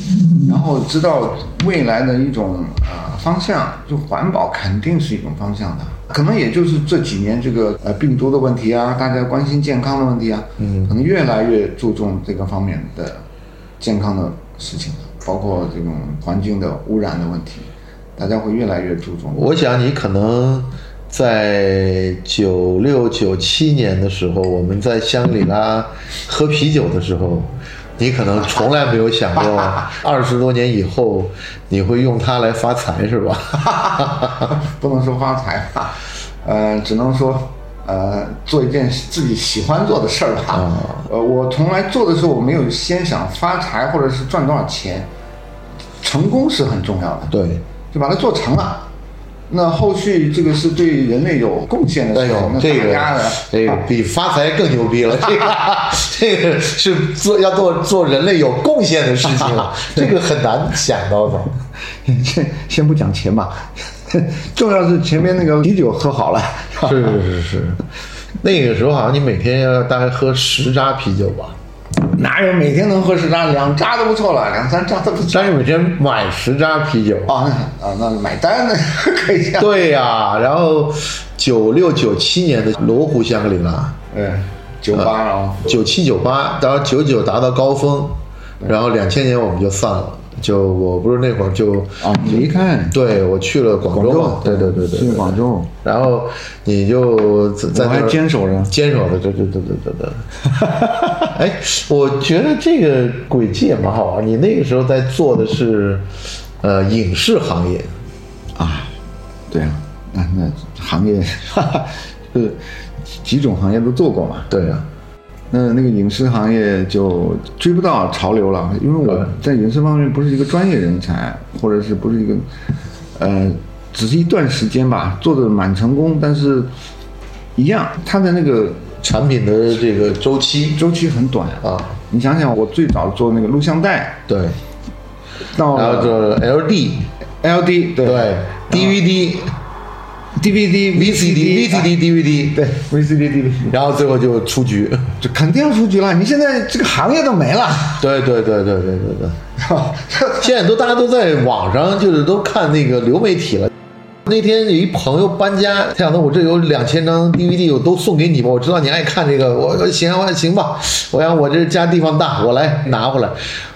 C: 然后知道未来的一种呃方向，就环保肯定是一种方向的。可能也就是这几年这个呃病毒的问题啊，大家关心健康的问题啊，嗯，可能越来越注重这个方面的健康的事情了，包括这种环境的污染的问题，大家会越来越注重。
A: 我想你可能在九六九七年的时候，我们在香格里拉喝啤酒的时候，你可能从来没有想过二十多年以后你会用它来发财，是吧？
C: 不能说发财吧，呃，只能说呃做一件自己喜欢做的事儿吧。呃，我从来做的时候，我没有先想发财或者是赚多少钱，成功是很重要的，
A: 对，
C: 就把它做成了。那后续这个是对人类有贡献的
A: 哎
C: 事情，
A: 呦，
C: 那
A: 这
C: 大
A: 个
C: 家的
A: 这个比发财更牛逼了，这个这个是做要做做人类有贡献的事情了，这个很难想到的。
C: 先先不讲钱吧， 重要是前面那个啤酒喝好了，
A: 是 是是是，那个时候好像你每天要大概喝十扎啤酒吧，
C: 哪有每天能喝十扎？两扎都不错了，两三扎都不错。
A: 但是每天买十扎啤酒。
C: 啊那啊，那买单呢 可以这样。
A: 对呀、然后九六九七年的罗湖香格里拉，
C: 嗯，酒吧啊，
A: 九七九八，当然九九达到高峰，然后两千年我们就散了。就我不是那会儿就
C: 啊，你离开
A: 对我去了广州嘛，对对对对，
C: 去
A: 对
C: 广州，
A: 然后你就在在
C: 我还
A: 那儿
C: 坚守着
A: 坚守着，对对对对对对。哎，我觉得这个轨迹也蛮好玩。你那个时候在做的是，呃，影视行业，
C: 啊，对啊，那那行业， 哈哈，就是几种行业都做过嘛。
A: 对啊，
C: 那那个影视行业就追不到潮流了，因为我在影视方面不是一个专业人才，或者是不是一个，呃，只是一段时间吧，做的蛮成功，但是一样，它的那个
A: 产品的这个周期
C: 周期很短
A: 啊。
C: 你想想，我最早做那个录像带，
A: 对，
C: 到
A: 然后就是 LD，
C: LD 对
A: 对，DVD、
C: DVD、
A: VCD、VCD、DVD，
C: 啊对 VCD、DVD，
A: 然后最后就出局。
C: 这肯定要出局了。你现在这个行业都没了，
A: 对对对对对对对。 现在都大家都在网上，就是都看那个流媒体了。那天有一朋友搬家，他想到我这有两千张 DVD，我都送给你吧。我知道你爱看这个，我说行啊，我说行吧。我想我这家地方大，我来拿回来。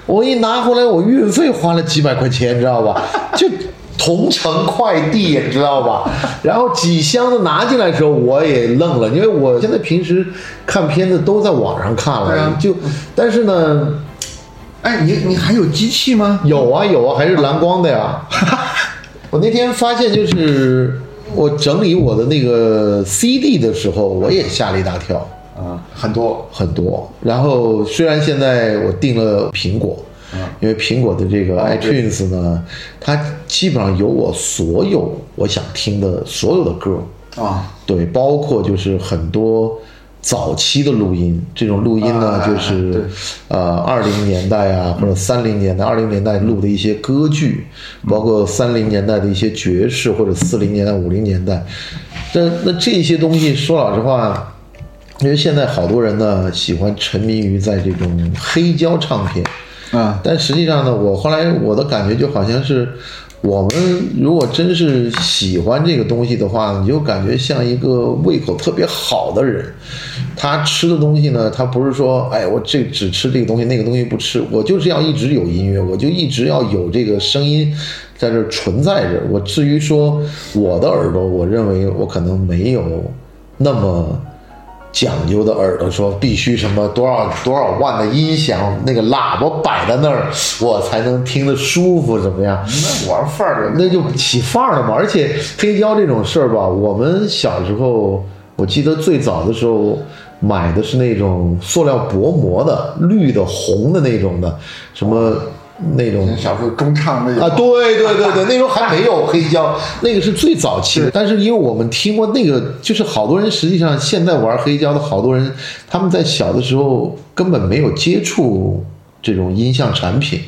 A: 我一拿回来，我运费花了几百块钱，你知道吧？就同城快递，你知道吧？然后几箱子拿进来的时候，我也愣了，因为我现在平时看片子都在网上看
C: 对
A: 了
C: 啊，
A: 就但是呢，
C: 哎，你你还有机器吗？
A: 有啊有啊，还是蓝光的 呀。我那天发现，就是我整理我的那个 CD 的时候，我也吓了一大跳，
C: 啊，很多
A: 很多。然后虽然现在我订了苹果，
C: 啊
A: 因为苹果的这
C: 哦
A: 个 iTunes 呢，它基本上有我所有我想听的所有的歌。
C: 啊，
A: 对，包括就是很多早期的录音，这种录音呢，
C: 啊
A: 就是
C: 对
A: 呃二零年代啊，或者三零年代、二零年
C: 嗯
A: 代录的一些歌剧，包括三零年代的一些爵士，或者四零年代、五零年代，这那这些东西，说老实话。因为现在好多人呢喜欢沉迷于在这种黑胶唱片，
C: 啊，
A: 但实际上呢，我后来我的感觉就好像是，我们如果真是喜欢这个东西的话，你就感觉像一个胃口特别好的人，他吃的东西呢，他不是说，哎，我这只吃这个东西，那个东西不吃，我就是要一直有音乐，我就一直要有这个声音在这儿存在着。我至于说我的耳朵，我认为我可能没有那么。讲究的耳朵说必须什么多少多少万的音响，那个喇叭摆在那儿，我才能听得舒服，怎么样？
C: 那玩范儿的
A: 那就起范儿了嘛。而且黑胶这种事儿吧，我们小时候，我记得最早的时候买的是那种塑料薄膜的，绿的、红的那种的，什么那种
D: 小时候中唱那种
A: 啊，对对对对，那时候还没有黑胶，那个是最早期的。但是因为我们听过那个，就是好多人实际上现在玩黑胶的好多人，他们在小的时候根本没有接触这种音像产品，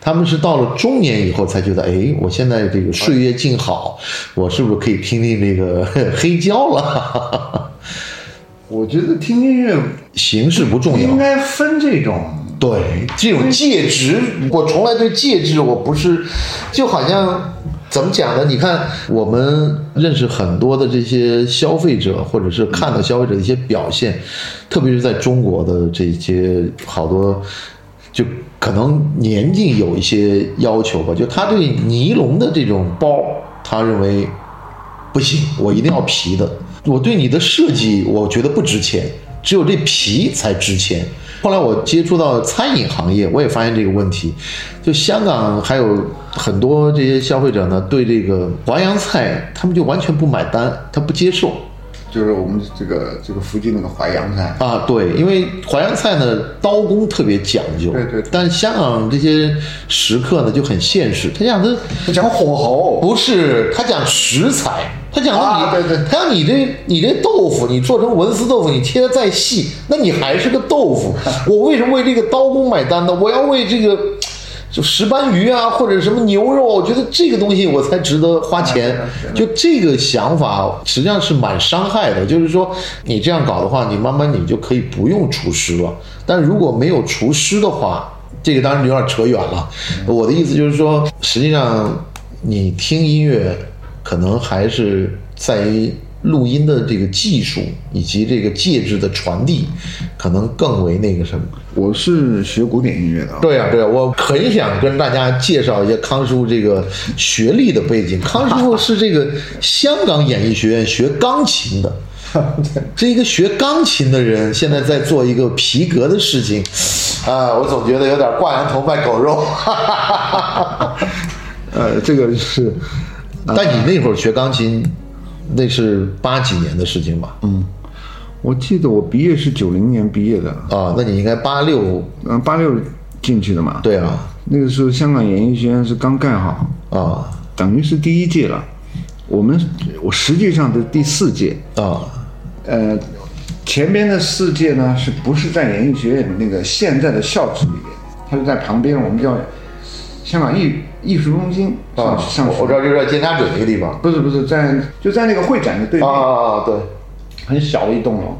A: 他们是到了中年以后才觉得，哎，我现在这个岁月静好，我是不是可以听听这个 黑胶了？
D: 我觉得听音乐
A: 形式不重要
D: 应，该分这种
A: 对，这种介质，我从来对介质我不是，就好像呃怎么讲呢？你看，我们认识很多的这些消费者，或者是看到消费者的一些表现，特别是在中国的这些好多，就可能年纪有一些要求吧，就他对尼龙的这种包，他认为不行，我一定要皮的。我对你的设计，我觉得不值钱，只有这皮才值钱。后来我接触到餐饮行业，我也发现这个问题。就香港还有很多这些消费者呢，对这个淮扬菜，他们就完全不买单，他不接受
D: 就是我们这个这个附近那个淮扬菜，
A: 啊。对，因为淮扬菜呢，刀工特别讲究，
D: 对对对
A: 但香港这些食客呢就很现实，他讲的
D: 他讲火候，
A: 不是，他讲食材，他讲到你，
D: 啊对对
A: 他讲你这你这豆腐，你做成文思豆腐，你切的再细，那你还是个豆 腐。我为什么为这个刀工买单呢？我要为这个就石斑鱼啊，或者什么牛肉，我觉得这个东西我才值得
D: 啊
A: 花钱。就这个想法实际上是蛮伤害的，就是说你这样搞的话，你慢慢你就可以不用厨师了。但如果没有厨师的话，这个当然有点扯远了。
D: 嗯
A: 我的意思就是说，实际上你听音乐，可能还是在于录音的这个技术以及这个介质的传递，可能更为那个什么。
C: 我是学古典音乐的啊，
A: 对呀、对呀、我很想跟大家介绍一下康师傅这个学历的背 景。康师傅是这个香港演艺学院学钢琴 的。这一个学钢琴的人，现在在做一个皮革的事情，啊、我总觉得有点挂羊头卖狗 肉。
C: 呃，这个是
A: 但你那会儿学钢琴，那是八几年的事情吧？嗯
C: 我记得我毕业是九零年毕业的，
A: 啊，那你应该八六，
C: 嗯，八六进去的嘛，，
A: 对啊，
C: 那个时候香港演艺学院是刚盖好，
A: 啊
C: 等于是第一届了，我们我实际上的第四届，
A: 啊
C: 呃，前边的四届呢是不是在演艺学院那个现在的校址里面？它是在旁边，我们叫香港艺艺术中心上
A: 啊
C: 去上！
A: 我
C: 学
A: 知道，就是在尖沙咀那个地方
C: 不是不是在就在那个会展的对面，
A: 啊啊啊！对，
C: 很小的一栋楼，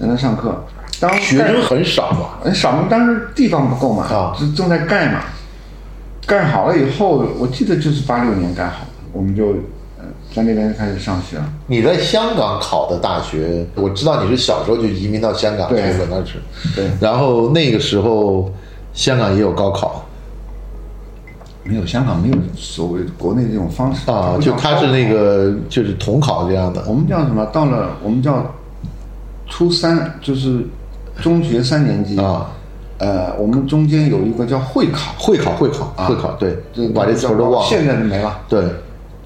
C: 在那上课。当
A: 学生很少啊吧？
C: 很少嘛，当时地方不够嘛，
A: 啊
C: 正正在盖嘛，盖好了以后，我记得就是八六年盖好的，我们就呃在那边开始上学了。
A: 你在香港考的大学，我知道你是小时候就移民到香港去
C: 对
A: 了，那是。
C: 对
A: 然后那个时候，香港也有高考
C: 没有香港没有所谓国内这种方式
A: 啊，就它是那个就是统考这样的
C: 我们叫什么？到了我们叫初三，就是中学三年级
A: 啊。
C: 呃，我们中间有一个叫会考，
A: 会考，会考，会考，啊对，
C: 这
A: 把这词儿都忘了。
C: 现在没了。
A: 对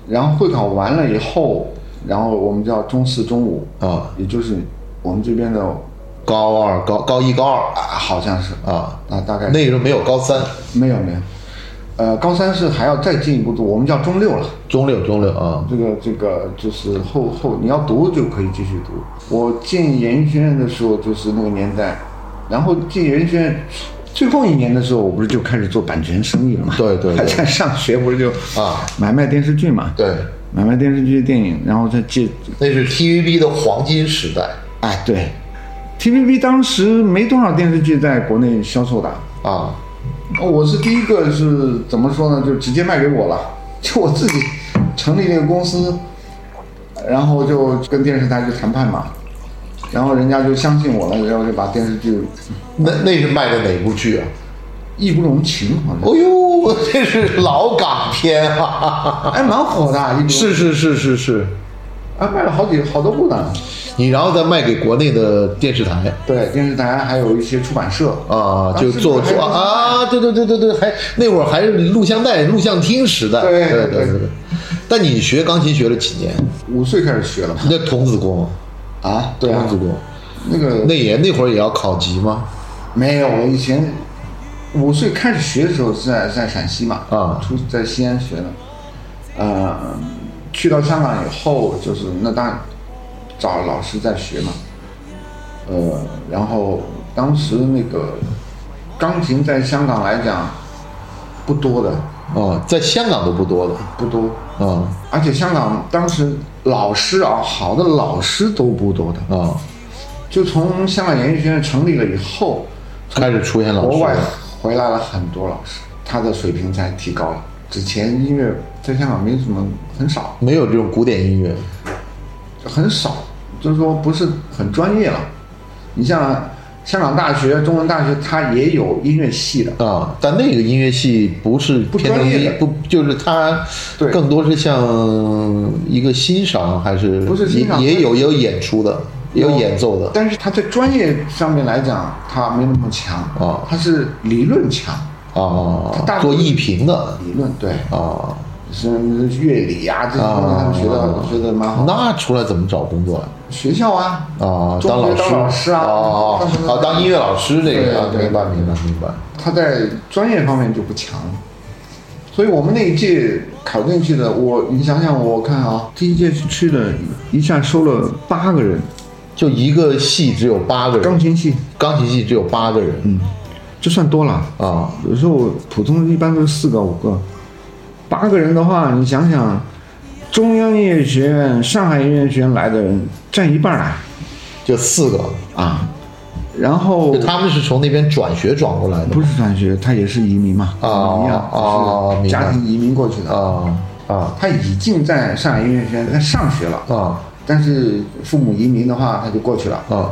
C: 然后会考完了以后，然后我们叫中四、中五
A: 啊，
C: 也就是我们这边的，
A: 高二、高高一、高
C: 啊
A: 二
C: 好像是
A: 啊，
C: 啊，大概
A: 那个时候没有高三，
C: 没有没有，呃，高三是还要再进一步读，我们叫中六了。
A: 中六中六啊
C: 这个这个就是后后你要读就可以继续读。我进研学院的时候就是那个年代，然后进研学院最后一年的时候，我不是就开始做版权生意了嘛？
A: 对对对
C: 还在上学不是就
A: 啊，
C: 买卖电视剧嘛？
A: 对，
C: 买卖电视剧、电影，然后再借，
A: 那是 TVB 的黄金时代
C: 哎对，TVB 当时没多少电视剧在国内销售的，
A: 啊，
C: 哦我是第一个是怎么说呢？就直接卖给我了，就我自己成立那个公司，然后就跟电视台去谈判嘛，然后人家就相信我了，然后就把电视剧《
A: 那那是卖的哪部剧啊？
C: 义不容情》好像
A: 哦呦， 这是老港片啊！
C: 哎蛮火的，《义不容情
A: 是是是是是，
C: 啊卖了好几好多部呢。
A: 你然后再卖给国内的电视台
C: 对，电视台还有一些出版社
A: 啊，就做出
C: 出
A: 啊，对对对对对，还那会儿还是录像带、录像厅时代，
C: 对
A: 对
C: 对
A: 对。但你学钢琴学了几年？
C: 五岁开始学了嘛
A: 那童子功，
C: 啊，对啊
A: 童子，功，
C: 那个
A: 那也那会儿也要考级吗？
C: 没有，我以前我是开始学的时候是在在陕西嘛，
A: 啊
C: 出在西安学的，呃，去到香港以后就是那当然找老师在学嘛，呃，然后当时那个钢琴在香港来讲不多的，
A: 啊，在香港都不多了
C: 不多，
A: 啊
C: 而且香港当时老师啊，好的老师都不多的，
A: 啊，
C: 就从香港演艺学院成立了以后，
A: 开始出现老
C: 国
A: 师
C: 外
A: 了
C: 回来了很多老师，他的水平才提高了。之前音乐在香港没什么，很少，
A: 没有这种古典音乐
C: 很少，就是说不是很专业了。你像香港大学、中文大学，它也有音乐系的，
A: 啊，但那个音乐系不是
C: 不
A: 偏重
C: 专业
A: 于
C: 的
A: 不就是它
C: 对
A: 更多是像一个欣赏还是
C: 不是欣赏
A: 也
C: 它
A: 也
C: 是
A: 有也有演出的，也有演奏的
C: 但是它在专业上面来讲，它没那么强
A: 哦
C: 它是理论强，
A: 啊，
C: 大
A: 做艺评的
C: 理论对，
A: 啊，
C: 什么乐理呀、这些东西，他们学的、学的蛮好。
A: 那出来怎么找工作呀？
C: 学校啊，
A: 啊，
C: 中
A: 当老
C: 学当
A: 师
C: 老师啊，
A: 哦哦
C: 当
A: 哦，啊当音乐老师这
C: 对
A: 个啊，
C: 对
A: 明白明白明白。
C: 他在专业方面就不强，所以我们那一届考进去的，我你想想，我看啊，
E: 第一届去了一下收了八个人，
A: 就一个系只有八个人，
E: 钢琴系，
A: 钢琴系只有八个人，嗯
E: 这算多了。
A: 啊
E: 有时候普通一般都是四个五个，八个人的话，你想想，中央音乐学院、上海音乐学院来的人占一半儿啊
A: 就四个，
E: 啊，然后
A: 就他们是从那边转学转过来的，
E: 不是转学，他也是移民啊嘛，
A: 哦
E: 一
A: 哦
E: 样，
A: 明白
C: 是家庭移民过去的，
A: 啊啊
C: 他已经在上海音乐学院在上学了，
A: 啊
C: 但是父母移民的话，他就过去了，
A: 啊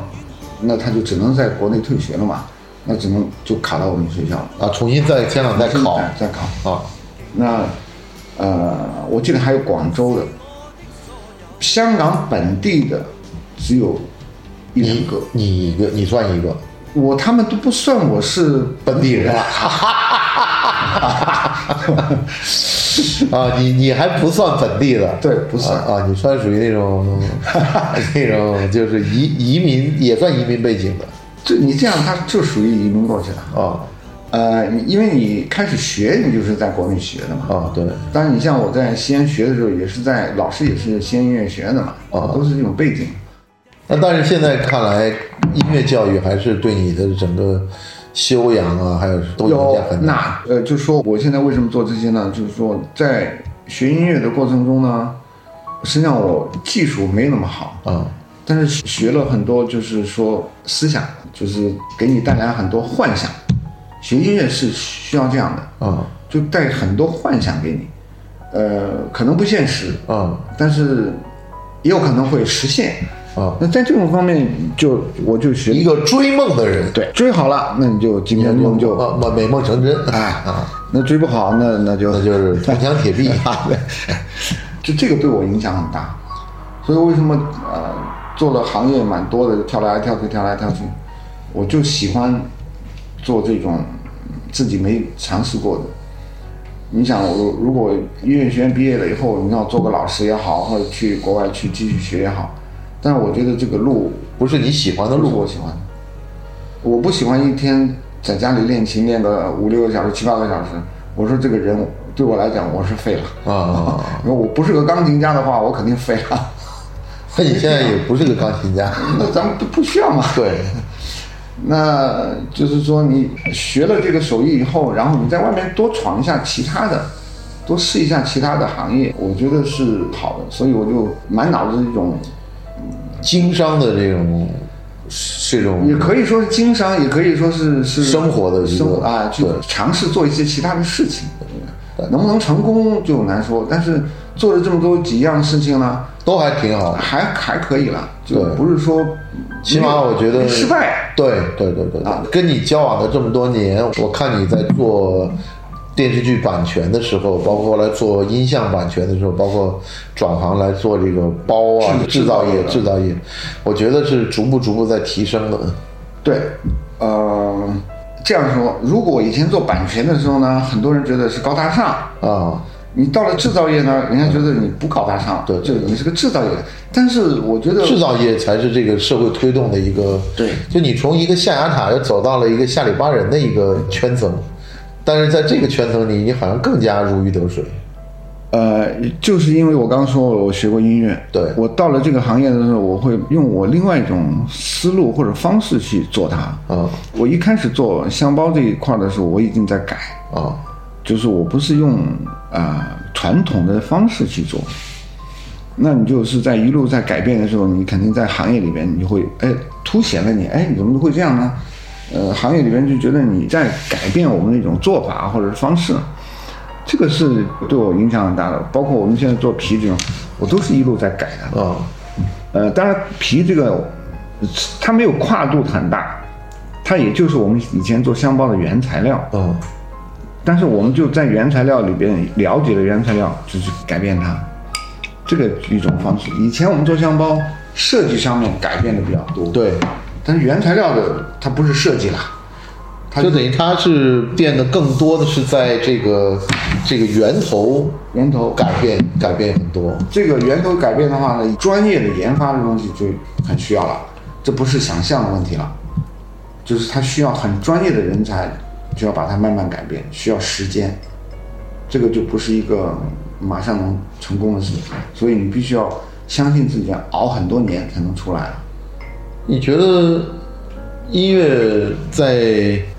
C: 那他就只能在国内退学了嘛，那只能就考到我们学校了，
A: 啊！重新在香港再考
C: 哎再考。
A: 啊
C: 那呃，我记得还有广州的，香港本地的只有一两个，
A: 你一个你算一个，
C: 我他们都不算我是本地人，
A: 啊，你你还不算本地的，
C: 对不算
A: 啊，啊你算属于那种 那种就是移移民也算移民背景的
C: 这你这样他就属于移民过去的。
A: 啊
C: 呃，你因为你开始学，你就是在国内学的嘛。
A: 啊对
C: 当然，你像我在西安学的时候，也是在老师也是西安音乐学院的嘛，
A: 哦
C: 都是这种背景。
A: 那但是现在看来，音乐教育还是对你的整个修养啊，还有都影响很大。
C: 那呃，就说我现在为什么做这些呢？就是说在学音乐的过程中呢，实际上我技术没那么好，
A: 啊
C: 但是学了很多，就是说思想，就是给你带来很多幻想。学音乐是需要这样的，
A: 啊
C: 就带很多幻想给你，呃，可能不现实，
A: 啊
C: 但是也有可能会实现。
A: 啊！
C: 那在这种方面就，我就学
A: 一个追梦的人，
C: 对追好了，那你就今天梦就
A: 啊美美梦成真，
C: 哎
A: 啊，
C: 那追不好，那那就
A: 那就是铜墙铁壁
C: 啊就这个对我影响很大，所以为什么呃做了行业蛮多的，跳来跳去，跳来跳去，我就喜欢做这种自己没尝试过的。你想，我如果音乐学院毕业了以后，你让我做个老师也好，或者去国外去继续学也好，但是我觉得这个路
A: 不是你喜欢的
C: 不是
A: 路
C: 我喜欢的。我不喜欢一天在家里练琴练个五六个小时、七八个小时。我说这个人对我来讲，我是废了。
A: 啊。
C: 如果我不是个钢琴家的话，我肯定废了。
A: 那你现在也不是个钢琴家，
C: 那咱们都不需要嘛。
A: 对，
C: 那就是说，你学了这个手艺以后，然后你在外面多闯一下其他的，多试一下其他的行业，我觉得是好的。所以我就满脑子一种，
A: 经商的这种这
C: 也
A: 种
C: 可以说是经商，也可以说是是
A: 生活的一个
C: 生活啊，去
A: 对
C: 尝试做一些其他的事情。呃能不能成功就难说，但是做了这么多几样事情呢，
A: 都还挺好，
C: 还还可以了，就
A: 对
C: 不是说嗯
A: 起码我觉得
C: 没失败。
A: 对对对对
C: 啊
A: 对，跟你交往的这么多年，我看你在做电视剧版权的时候，包括后来做音像版权的时候，包括转行来做这个包啊
C: 制
A: 制造业
C: 制
A: 制造业，我觉得是逐步逐步在提升的。
C: 对，呃，这样说，如果我以前做版权的时候呢，很多人觉得是高大上，
A: 啊
D: 你到了制造业呢，人家觉得你不搞大厂，
A: 对
D: 就你是个制造业。但是我觉得
A: 制造业才是这个社会推动的一个，
D: 对
A: 就你从一个象牙塔又走到了一个下里巴人的一个圈层，但是在这个圈层里，你好像更加如鱼得水。
C: 呃，就是因为我刚刚说我学过音乐，
A: 对
C: 我到了这个行业的时候，我会用我另外一种思路或者方式去做它。
A: 嗯
C: 我一开始做箱包这一块的时候，我已经在改，
A: 啊，
C: 就是我不是用啊、呃传统的方式去做。那你就是在一路在改变的时候，你肯定在行业里边，你就会哎凸显了你，哎你怎么会这样呢？呃，行业里边就觉得你在改变我们的一种做法或者是方式，这个是对我影响很大的。包括我们现在做皮这种，我都是一路在改的。
A: 啊，
C: 呃，当然皮这个它没有跨度很大，它也就是我们以前做箱包的原材料。
A: 啊，
C: 但是我们就在原材料里边了解了原材料，就去改变它，这个一种方式。以前我们做箱包，设计上面改变的比较多，，
A: 对，
C: 但是原材料的它不是设计啦，
A: 就等于它是变得更多的是在这个这个源头
C: 源头
A: 改变改变很多。
C: 这个源头改变的话呢，专业的研发的东西就很需要了，这不是想象的问题了，就是它需要很专业的人才，就要把它慢慢改变，需要时间，这个就不是一个马上能成功的事情，所以你必须要相信自己，熬很多年才能出来。
A: 你觉得音乐在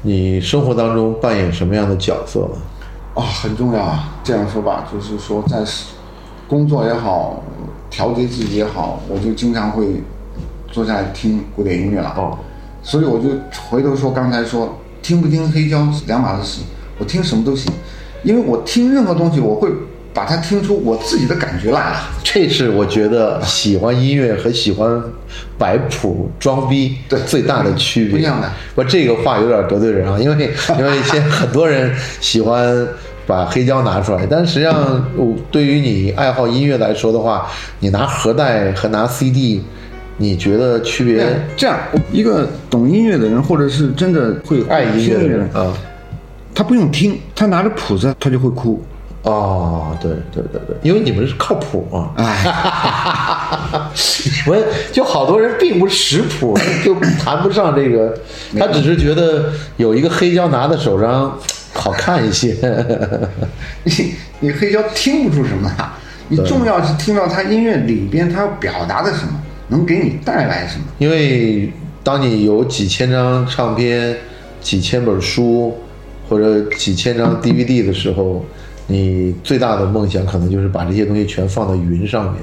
A: 你生活当中扮演什么样的角色呢？
C: 啊、很重要啊！
D: 这样说吧，就是说在工作也好，调节自己也好，我就经常会坐下来听古典音乐了。
A: 哦，
D: 所以我就回头说刚才说听不听黑胶是两码子事，我听什么都行，因为我听任何东西，我会把它听出我自己的感觉来了。
A: 这是我觉得喜欢音乐和喜欢摆谱装逼
D: 对
A: 最大的区别。
D: 不一样的
A: 不，这个话有点得罪人啊，因为 因为现在很多人喜欢把黑胶拿出来，但实际上，我对于你爱好音乐来说的话，你拿盒带和拿 CD，你觉得区别？
D: 啊
C: 这样，哎一个懂音乐的人，或者是真的会
A: 爱音乐
C: 听
A: 的
C: 音乐
A: 人啊，
C: 他不用听，他拿着谱子，他就会哭。
A: 哦，对对对对，因为你们是靠谱嘛， 我就好多人并不识谱， 就谈不上这个，他只是觉得有一个黑胶拿在手上好看一些。
D: 你 你黑胶听不出什么来，你重要是听到它音乐里边它要表达的什么，能给你带来什么。
A: 因为当你有几千张唱片、几千本书或者几千张 DVD 的时候，你最大的梦想可能就是把这些东西全放到云上面。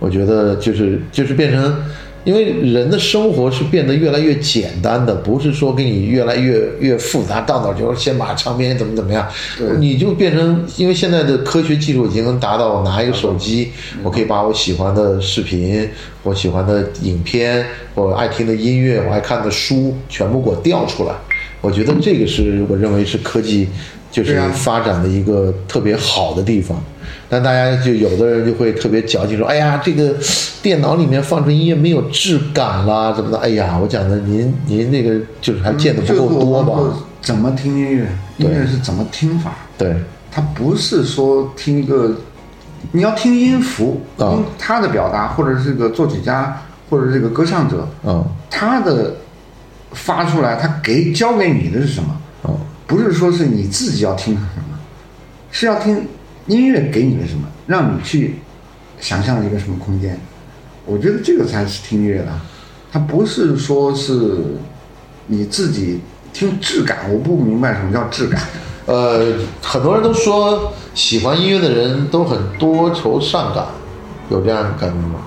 A: 我觉得就是就是变成，因为人的生活是变得越来越简单的，不是说给你越来越越复杂，到哪儿就是先把唱片怎么怎么样，你就变成因为现在的科学技术已经能达到，我拿一个手机，
D: 嗯
A: 我可以把我喜欢的视频、我喜欢的影片、我爱听的音乐、我爱看的书全部给我调出来。我觉得这个是我认为是科技就是
D: 对啊
A: 发展的一个特别好的地方。但大家就有的人就会特别矫情，说：“哎呀，这个电脑里面放出音乐没有质感啦，怎么的？”哎呀，我讲的您您那个就是还见的不够多
D: 就是我们
A: 吧
D: 说？怎么听音乐？音乐是怎么听法？
A: 对，
D: 它不是说听一个，你要听音符，
A: 啊
D: 听他的表达，或者是个作曲家，或者是个歌唱者，
A: 嗯
D: 他的发出来，他给教给你的是什么？
A: 嗯
D: 不是说是你自己要听什么，是要听音乐给你的什么，让你去想象一个什么空间。我觉得这个才是听音乐的，它不是说是你自己听质感，我不明白什么叫质感。
A: 呃，很多人都说喜欢音乐的人都很多愁善感，有这样的感觉 吗？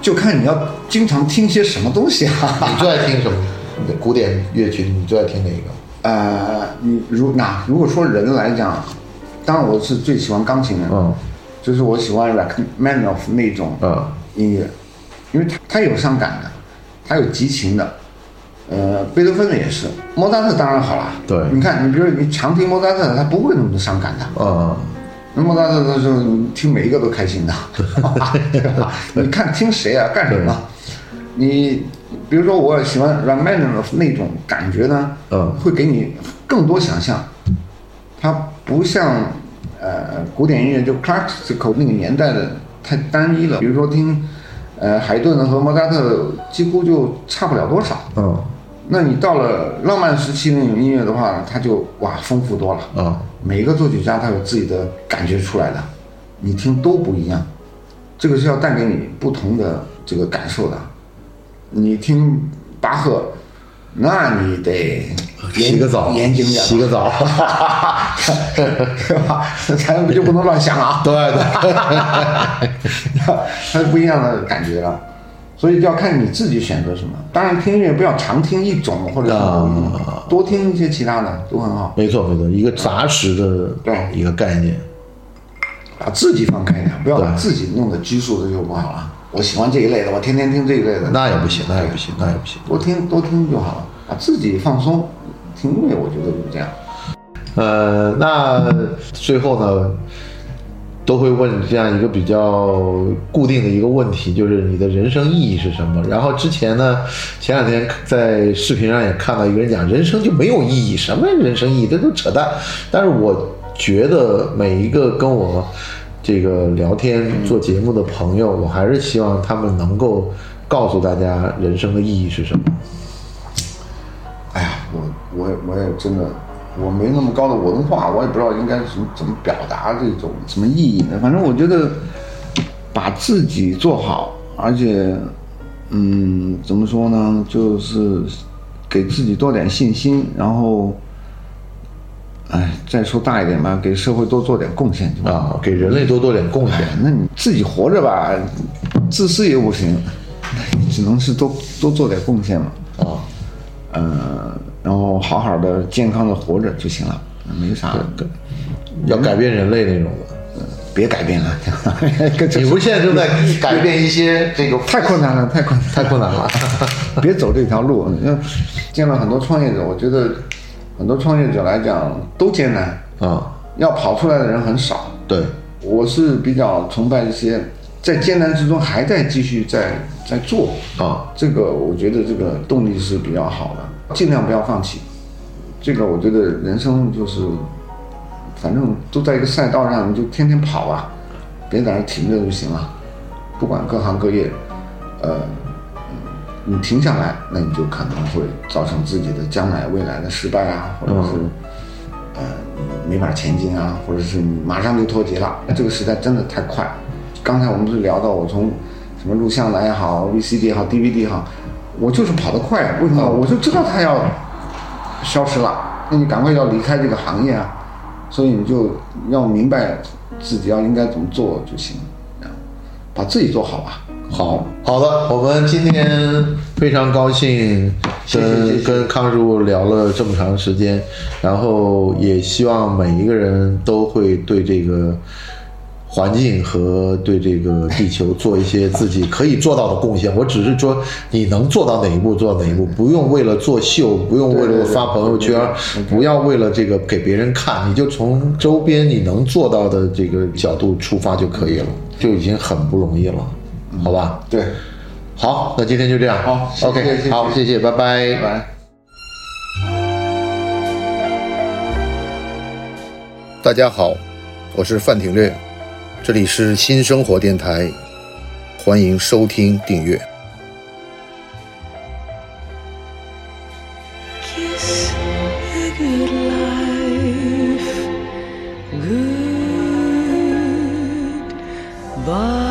D: 就看你要经常听些什么东西啊。
A: 你最爱听什么？你的古典乐曲你最爱听哪一个？
D: 呃，你如那如果说人来讲，当然我是最喜欢钢琴的，
A: 嗯
D: 就是我喜欢 Rachmaninoff 那种
A: 嗯
D: 音乐，因为它它有伤感的，它有激情的，呃，贝多芬的也是，莫扎特当然好啦，
A: 对
D: 你看，你比如你常听莫扎特，他不会那么伤感的，
A: 嗯，
D: 那莫扎特的时候，你听每一个都开心的， 对吧？你看听谁啊，干什么？你比如说，我喜欢 Rachmaninoff 那种感觉呢，
A: 嗯
D: 会给你更多想象。它不像
C: 呃古典音乐，就 classical 那个年代的太单一了。比如说听呃海顿和莫扎特，几乎就差不了多少。
A: 嗯
C: 那你到了浪漫时期那种音乐的话，它就哇丰富多了。
A: 嗯
C: 每一个作曲家他有自己的感觉出来的，你听都不一样，这个是要带给你不同的这个感受的。你听巴赫，那你得
A: 呃洗个澡，
C: 严谨点儿，
A: 洗个澡，
C: 是吧？咱们就不能乱想啊，
A: 对对，
C: 它是不一样的感觉了。所以就要看你自己选择什么。当然，听音乐不要常听一种或者什么，
A: 啊
C: 多听一些其他的都很好，
A: 没错没错，一个杂食的
C: 对
A: 一个概念，
C: 把自己放开一点，不要把
A: 对
C: 自己弄得拘束的就不好了。我喜欢这一类的，我天天听这一类的，
A: 那也不行，那也不行，那也不行。
C: 多听多听就好了，把自己放松。听音乐，我觉得就是这样。
A: 呃，那最后呢，都会问这样一个比较固定的一个问题，就是你的人生意义是什么？然后之前呢，前两天在视频上也看到一个人讲，人生就没有意义，什么人生意义，这都扯淡。但是我觉得每一个跟我这个聊天做节目的朋友，我还是希望他们能够告诉大家人生的意义是什么。
C: 哎呀，我我也我也真的，我没那么高的文化，我也不知道应该怎么怎么表达这种什么意义呢。反正我觉得，把自己做好，而且，嗯，怎么说呢，就是给自己多点信心，然后，哎，再说大一点吧，给社会多做点贡献就完了。
A: 啊，给人类多做点贡献。
C: 那你自己活着吧，自私也不行，你只能是多多做点贡献嘛。
A: 啊，
C: 呃，然后好好的、健康的活着就行了，没啥，
A: 要改变人类那种的。
C: 别改变了，
A: 你不是现在正在改变一些这个
C: 太困难了，太困难了，
A: 太困难了，
C: 别走这条路。要见了很多创业者，我觉得很多创业者来讲都艰难，
A: 啊？
C: 要跑出来的人很少。
A: 对，
C: 我是比较崇拜一些在艰难之中还在继续在在做
A: 啊，
C: 这个我觉得这个动力是比较好的，尽量不要放弃。这个我觉得人生就是，反正都在一个赛道上，你就天天跑吧，别在那儿停着就行了。不管各行各业，呃，嗯你停下来，那你就可能会造成自己的将来未来的失败啊，或者是、呃你没法前进啊，或者是你马上就脱节了。这个时代真的太快。刚才我们不是聊到我从什么录像来也好，VCD 也好，DVD 也好，我就是跑得快，为什么？我就知道它要消失了，那你赶快要离开这个行业啊。所以你就要明白自己要应该怎么做就行，这样把自己做好吧。
A: 好好的，我们今天非常高兴
C: 谢谢谢
A: 跟
C: 谢
A: 跟康师傅聊了这么长时间，然后也希望每一个人都会对这个。环境和对这个地球做一些自己可以做到的贡献。我只是说你能做到哪一步做到哪一步，不用为了作秀，不用为
C: 对
A: 了
C: 对对
A: 发朋友圈，不要为了这个给别人看，你就从周边你能做到的这个角度出发就可以了，就已经很不容易了，好吧？
C: 对，
A: 好，那今天就这样。
C: 好谢谢
A: o k
C: 谢谢
A: 好，谢谢，拜拜，拜
C: 拜拜。
A: 大家好，我是范廷略，这里是新生活电台，欢迎收听订阅。
F: kiss a good life. Goodbye.